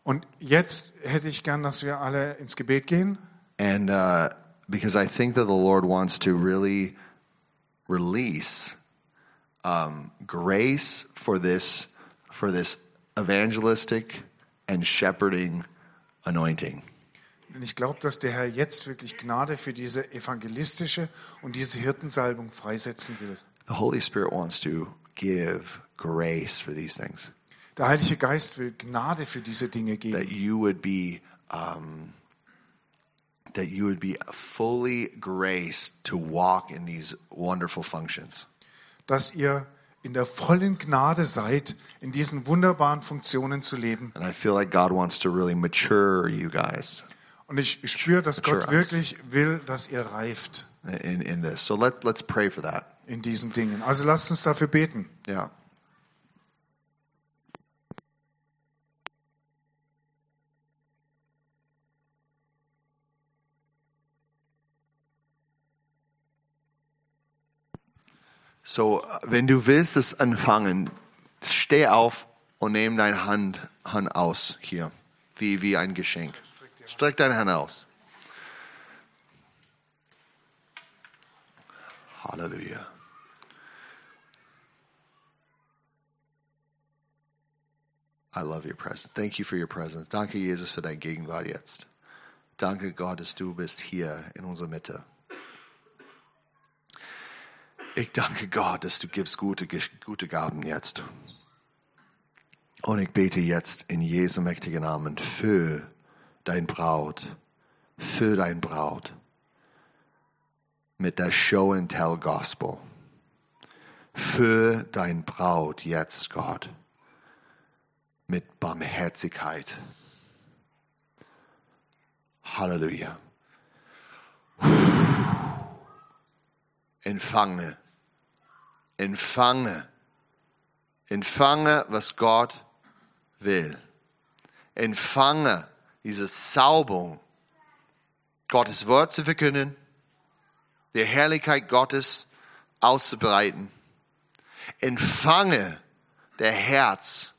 Speaker 2: Und jetzt hätte ich gern, dass wir alle ins Gebet gehen,
Speaker 1: and, uh, because I think that the Lord wants to really release um, grace for this for this evangelistic and shepherding anointing.
Speaker 2: Und ich glaube, dass der Herr jetzt wirklich Gnade für diese evangelistische und diese Hirtensalbung freisetzen will.
Speaker 1: The Holy Spirit wants to give grace for these things,
Speaker 2: Der Heilige Geist will Gnade für diese Dinge geben,
Speaker 1: that you would be, um, that you would be fully graced to walk in these wonderful functions.
Speaker 2: dass ihr in der vollen Gnade seid, in diesen wunderbaren Funktionen zu leben.
Speaker 1: And I feel like God wants to really mature you guys
Speaker 2: Und ich ich spüre, dass Gott
Speaker 1: Sure.
Speaker 2: wirklich will, dass ihr reift
Speaker 1: in, in this. So let, let's pray for that.
Speaker 2: in diesen Dingen. Also lasst uns dafür beten.
Speaker 1: Yeah. So, wenn du willst es anfangen, steh auf und nimm deine Hand, Hand aus hier, wie, wie ein Geschenk. Streck deine Hand aus. Halleluja. I love your presence. Thank you for your presence. Danke, Jesus, für deine Gegenwart jetzt. Danke, Gott, dass du bist hier in unserer Mitte. Ich danke Gott, dass du gibst gute, Ge- gute Gaben jetzt. Und ich bete jetzt in Jesu mächtigen Namen für dein Braut, für dein Braut mit der Show and Tell Gospel. Für dein Braut jetzt, Gott, mit Barmherzigkeit. Halleluja. empfange, empfange, empfange, was Gott will. Empfange diese Saubung, Gottes Wort zu verkünden, die Herrlichkeit Gottes auszubreiten. Empfange der Herz,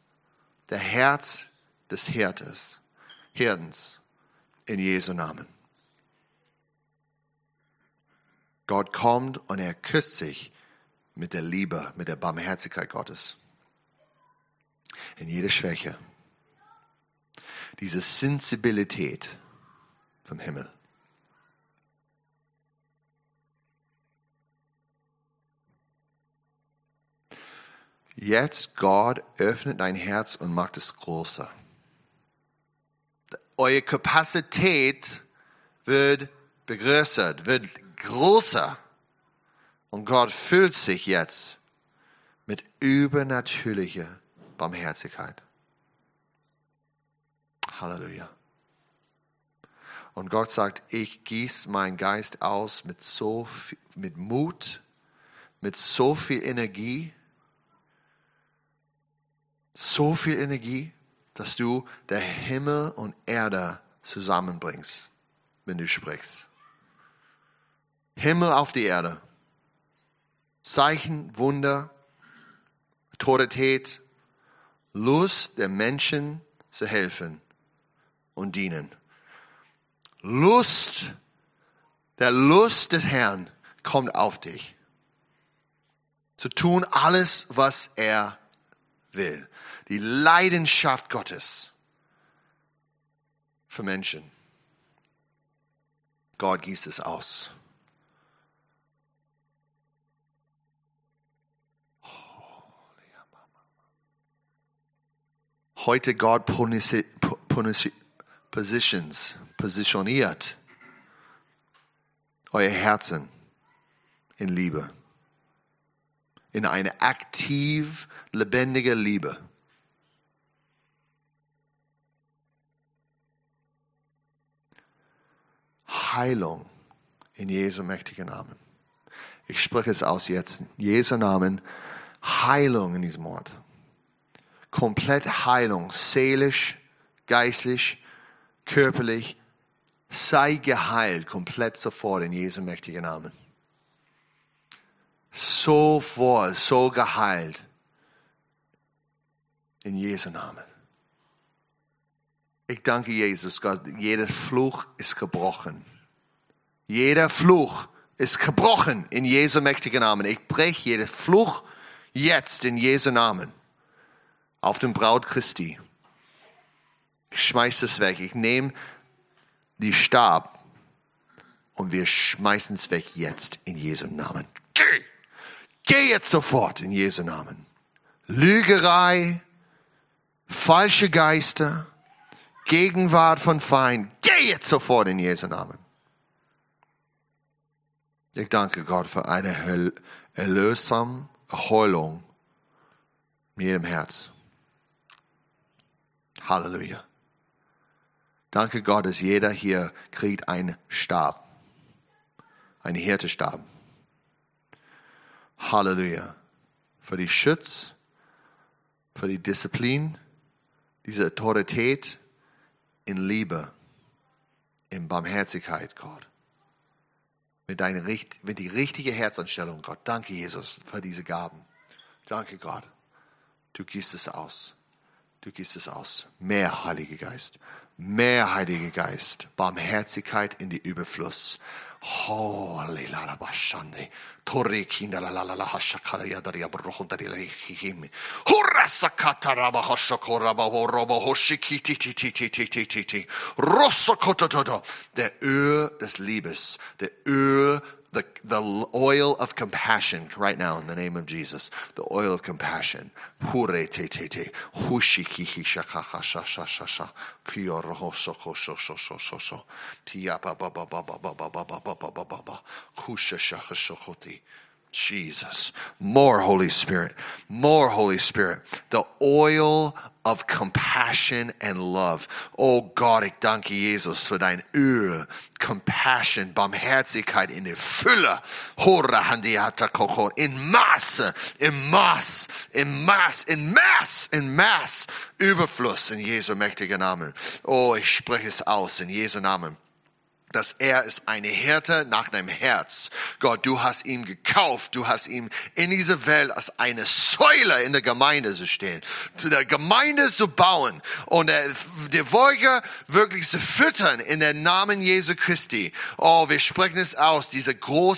Speaker 1: der Herz des Hirtes, Hirdens, in Jesu Namen. Gott kommt und er küsst sich mit der Liebe, mit der Barmherzigkeit Gottes. In jede Schwäche. Diese Sensibilität vom Himmel. Jetzt, Gott, öffnet dein Herz und macht es größer. Eure Kapazität wird begrößert, wird größer. Und Gott füllt sich jetzt mit übernatürlicher Barmherzigkeit. Halleluja. Und Gott sagt, ich gieße meinen Geist aus mit so viel, mit Mut, mit so viel Energie, so viel Energie, dass du der Himmel und Erde zusammenbringst, wenn du sprichst. Himmel auf die Erde. Zeichen, Wunder, Autorität, Lust der Menschen zu helfen und dienen. Lust, der Lust des Herrn kommt auf dich. Zu tun alles, was er will. Die Leidenschaft Gottes für Menschen. Gott gießt es aus. Heute Gott ponisi- po- ponisi- positions, positioniert euer Herzen in Liebe in eine aktiv lebendige Liebe. Heilung in Jesu mächtigen Namen. Ich spreche es aus jetzt. In Jesu Namen. Heilung in diesem Ort. Komplett Heilung, seelisch, geistlich, körperlich. Sei geheilt, komplett sofort in Jesu mächtigen Namen so voll, so geheilt. In Jesu Namen. Ich danke Jesus, Gott. Jeder Fluch ist gebrochen. Jeder Fluch ist gebrochen in Jesu mächtigen Namen. Ich breche jeden Fluch jetzt in Jesu Namen. Auf dem Braut Christi. Ich schmeiß es weg. Ich nehme die Stab und wir schmeißen es weg jetzt in Jesu Namen. Geh! Geh jetzt sofort in Jesu Namen. Lügerei, falsche Geister, Gegenwart von Feind. Geh jetzt sofort in Jesu Namen. Ich danke Gott für eine Hel- erlösame Erholung in jedem Herz. Halleluja. Danke Gott, dass jeder hier kriegt einen Stab, einen Hirtestab. Halleluja. Für die Schutz, für die Disziplin, diese Autorität in Liebe, in Barmherzigkeit, Gott. Mit, deinem, richt- mit die richtige Herzanstellung, Gott. Danke, Jesus, für diese Gaben. Danke, Gott. Du gießt es aus. Du gießt es aus. Mehr Heiliger Geist. Mehr Heiliger Geist. Barmherzigkeit in die Überfluss. Oh, lilala bashande. Tori kinda la la la la hashakara yadari abrohundari lehihim. Hurasakata raba hoshokora babo robo hoshiki ti ti ti ti ti ti ti ti. Rossokotototo. Der Öl des Liebes. Der Öl the, the oil of compassion right now in the name of Jesus. The oil of compassion. Hure te te te. Hushi ki hi sha ka ha sha sha sha sha. Kyo ro ho so ko so so so so so. Tia ba ba ba ba ba ba ba ba ba ba ba ba ba ba. Kusha sha ha sho ho ti. Jesus. More Holy Spirit. More Holy Spirit. The oil of compassion and love. Oh Gott, ich danke Jesus für dein Öl, Compassion, Barmherzigkeit in der Fülle. Hora handiata koko. In Maße, in Maß, in Maß, in Maß, in Maß. Überfluss in Jesu mächtigen Namen. Oh, ich spreche es aus in Jesu Namen dass er ist eine Hirte nach deinem Herz. Gott, du hast ihn gekauft, du hast ihm in dieser Welt als eine Säule in der Gemeinde zu stehen, zu der Gemeinde zu bauen und der, die Wolke wirklich zu füttern in der Namen Jesu Christi. Oh, wir sprechen es aus, diese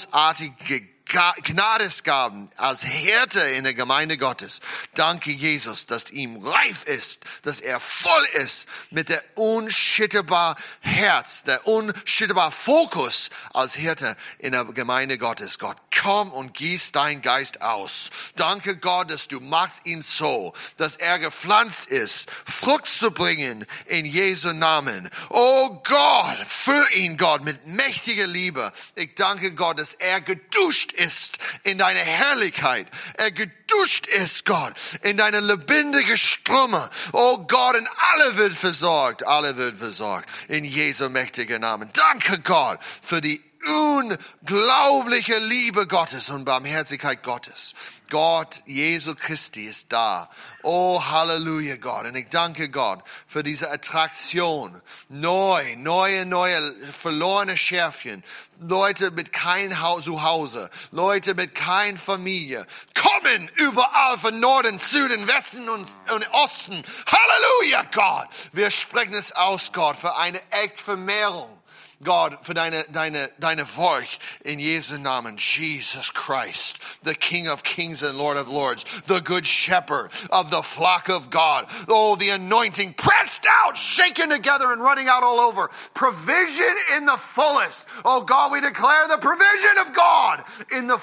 Speaker 1: großartige Ga- Gnadesgaben als Hirte in der Gemeinde Gottes. Danke, Jesus, dass ihm reif ist, dass er voll ist mit der unschütterbar Herz, der unschütterbar Fokus als Hirte in der Gemeinde Gottes. Gott, komm und gieß dein Geist aus. Danke, Gott, dass du magst ihn so, dass er gepflanzt ist, Frucht zu bringen in Jesu Namen. Oh Gott, füll ihn, Gott, mit mächtiger Liebe. Ich danke Gott, dass er geduscht ist in deine Herrlichkeit. Er geduscht ist, Gott, in deine lebendige Ströme. Oh Gott, und alle wird versorgt, alle wird versorgt. In Jesu mächtigen Namen. Danke Gott für die unglaubliche Liebe Gottes und Barmherzigkeit Gottes. Gott, Jesu Christi ist da. Oh, Halleluja, Gott. Und ich danke Gott für diese Attraktion. Neu, neue, neue, verlorene Schärfchen. Leute mit kein Haus, Zuhause. Leute mit kein Familie. Kommen überall von Norden, Süden, Westen und, und Osten. Halleluja, Gott. Wir sprechen es aus, Gott, für eine Echtvermehrung. Gott, für deine, deine, deine Volk in Jesu Namen, Jesus Christ, the King of Kings and Lord of Lords, the Good Shepherd of the flock of God. Oh, the anointing pressed out, shaken together and running out all over. Provision in the fullest. Oh God, we declare the provision of God in the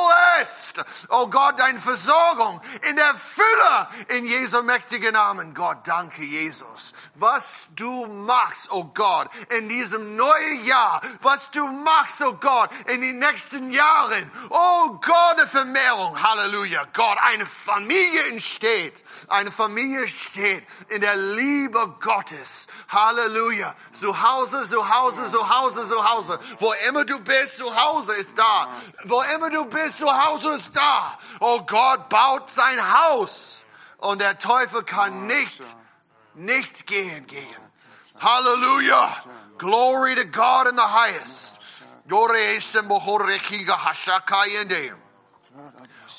Speaker 1: fullest. Oh God, deine Versorgung in der Fülle in Jesu mächtigen Namen. Gott, danke Jesus. Was du machst, oh Gott, in diesem neuen Jahr, was du machst, oh Gott, in den nächsten Jahren. Oh Gott, eine Vermehrung, Halleluja. Gott, eine Familie entsteht, eine Familie entsteht in der Liebe Gottes. Halleluja. Zu Hause, zu Hause, zu Hause, zu Hause. Wo immer du bist, zu Hause ist da. Wo immer du bist, zu Hause ist da. Oh Gott baut sein Haus und der Teufel kann nicht, nicht gehen gegen. Hallelujah. Glory to God in the highest. Glory ist im Bohorekiga Hashakayende.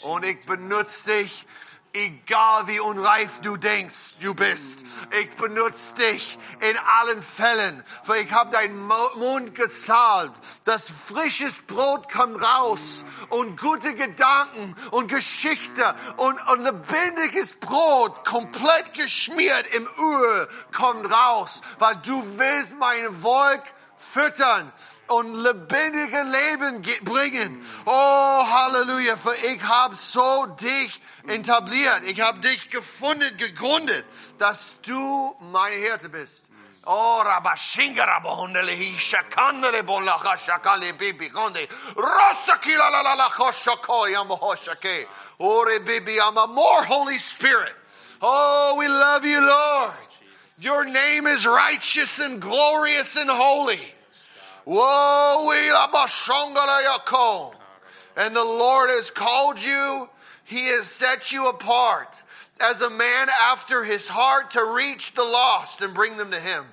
Speaker 1: Und ich benutze dich Egal wie unreif du denkst, du bist, ich benutze dich in allen Fällen, weil ich habe deinen Mo- Mund gezahlt. Das frisches Brot kommt raus und gute Gedanken und Geschichte und, und lebendiges Brot, komplett geschmiert im Öl, kommt raus, weil du willst mein Volk füttern und lebendige Leben ge- bringen. Oh, Halleluja, für ich habe so dich etabliert. Ich habe dich gefunden, gegründet, dass du meine Hirte bist. Oh, Rabashinga, Rabahundele, Shakandele, Bolacha, Shakale, Bibi, Konde, Rosakila, la, la, la, Hoshakoi, Amahoshake, Ore, Bibi, Ama, more Holy Spirit. Oh, we love you, Lord. Your name is righteous and glorious and holy. Woe ila bashongala yako. And the Lord has called you, He has set you apart as a man after His heart to reach the lost and bring them to Him,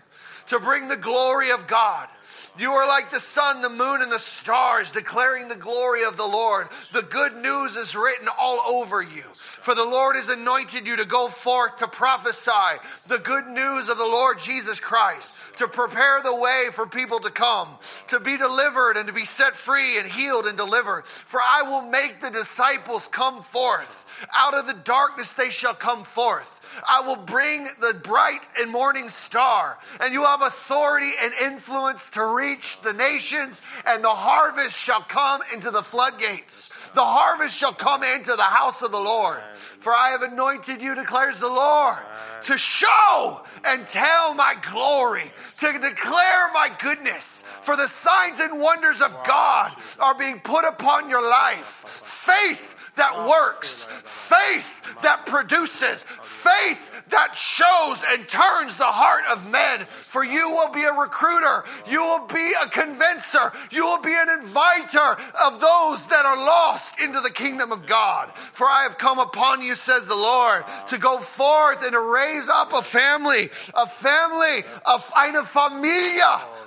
Speaker 1: to bring the glory of God. You are like the sun, the moon, and the stars, declaring the glory of the Lord. The good news is written all over you. For the Lord has anointed you to go forth to prophesy the good news of the Lord Jesus Christ, to prepare the way for people to come, to be delivered and to be set free and healed and delivered. For I will make the disciples come forth. Out of the darkness they shall come forth. I will bring the bright and morning star, and you have authority and influence to reach the nations, and the harvest shall come into the floodgates. The harvest shall come into the house of the Lord. For I have anointed you, declares the Lord, to show and tell my glory, to declare my goodness. For the signs and wonders of God are being put upon your life. Faith that works, faith that produces, faith that shows and turns the heart of men. For you will be a recruiter, you will be a convincer, you will be an inviter of those that are lost into the kingdom of God. For I have come upon you, says the Lord, to go forth and to raise up a family, a family, of eine Familie,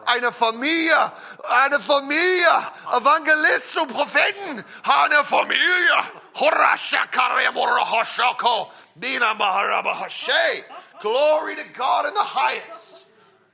Speaker 1: eine Familie, eine Familie, Evangelisten und Propheten, eine Familie. Horashakaremorahoshoko, Bina Maharabahashe. Glory to God in the highest.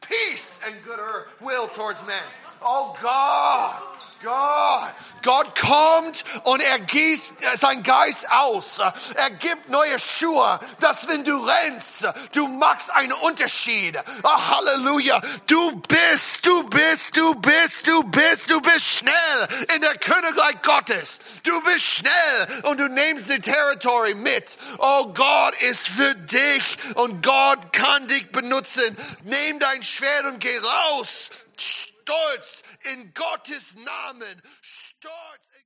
Speaker 1: Peace and good er- will towards men. Oh God, God, Gott kommt und er gießt sein Geist aus. Er gibt neue Schuhe, dass wenn du rennst, du machst einen Unterschied. Ah, Halleluja. Du bist, du bist, du bist, du bist, du bist schnell in der Königreich Gottes. Du bist schnell und du nimmst die Territory mit. Oh, Gott ist für dich und Gott kann dich benutzen. Nimm dein Schwert und geh raus. Stolz in Gottes Namen. Stolz in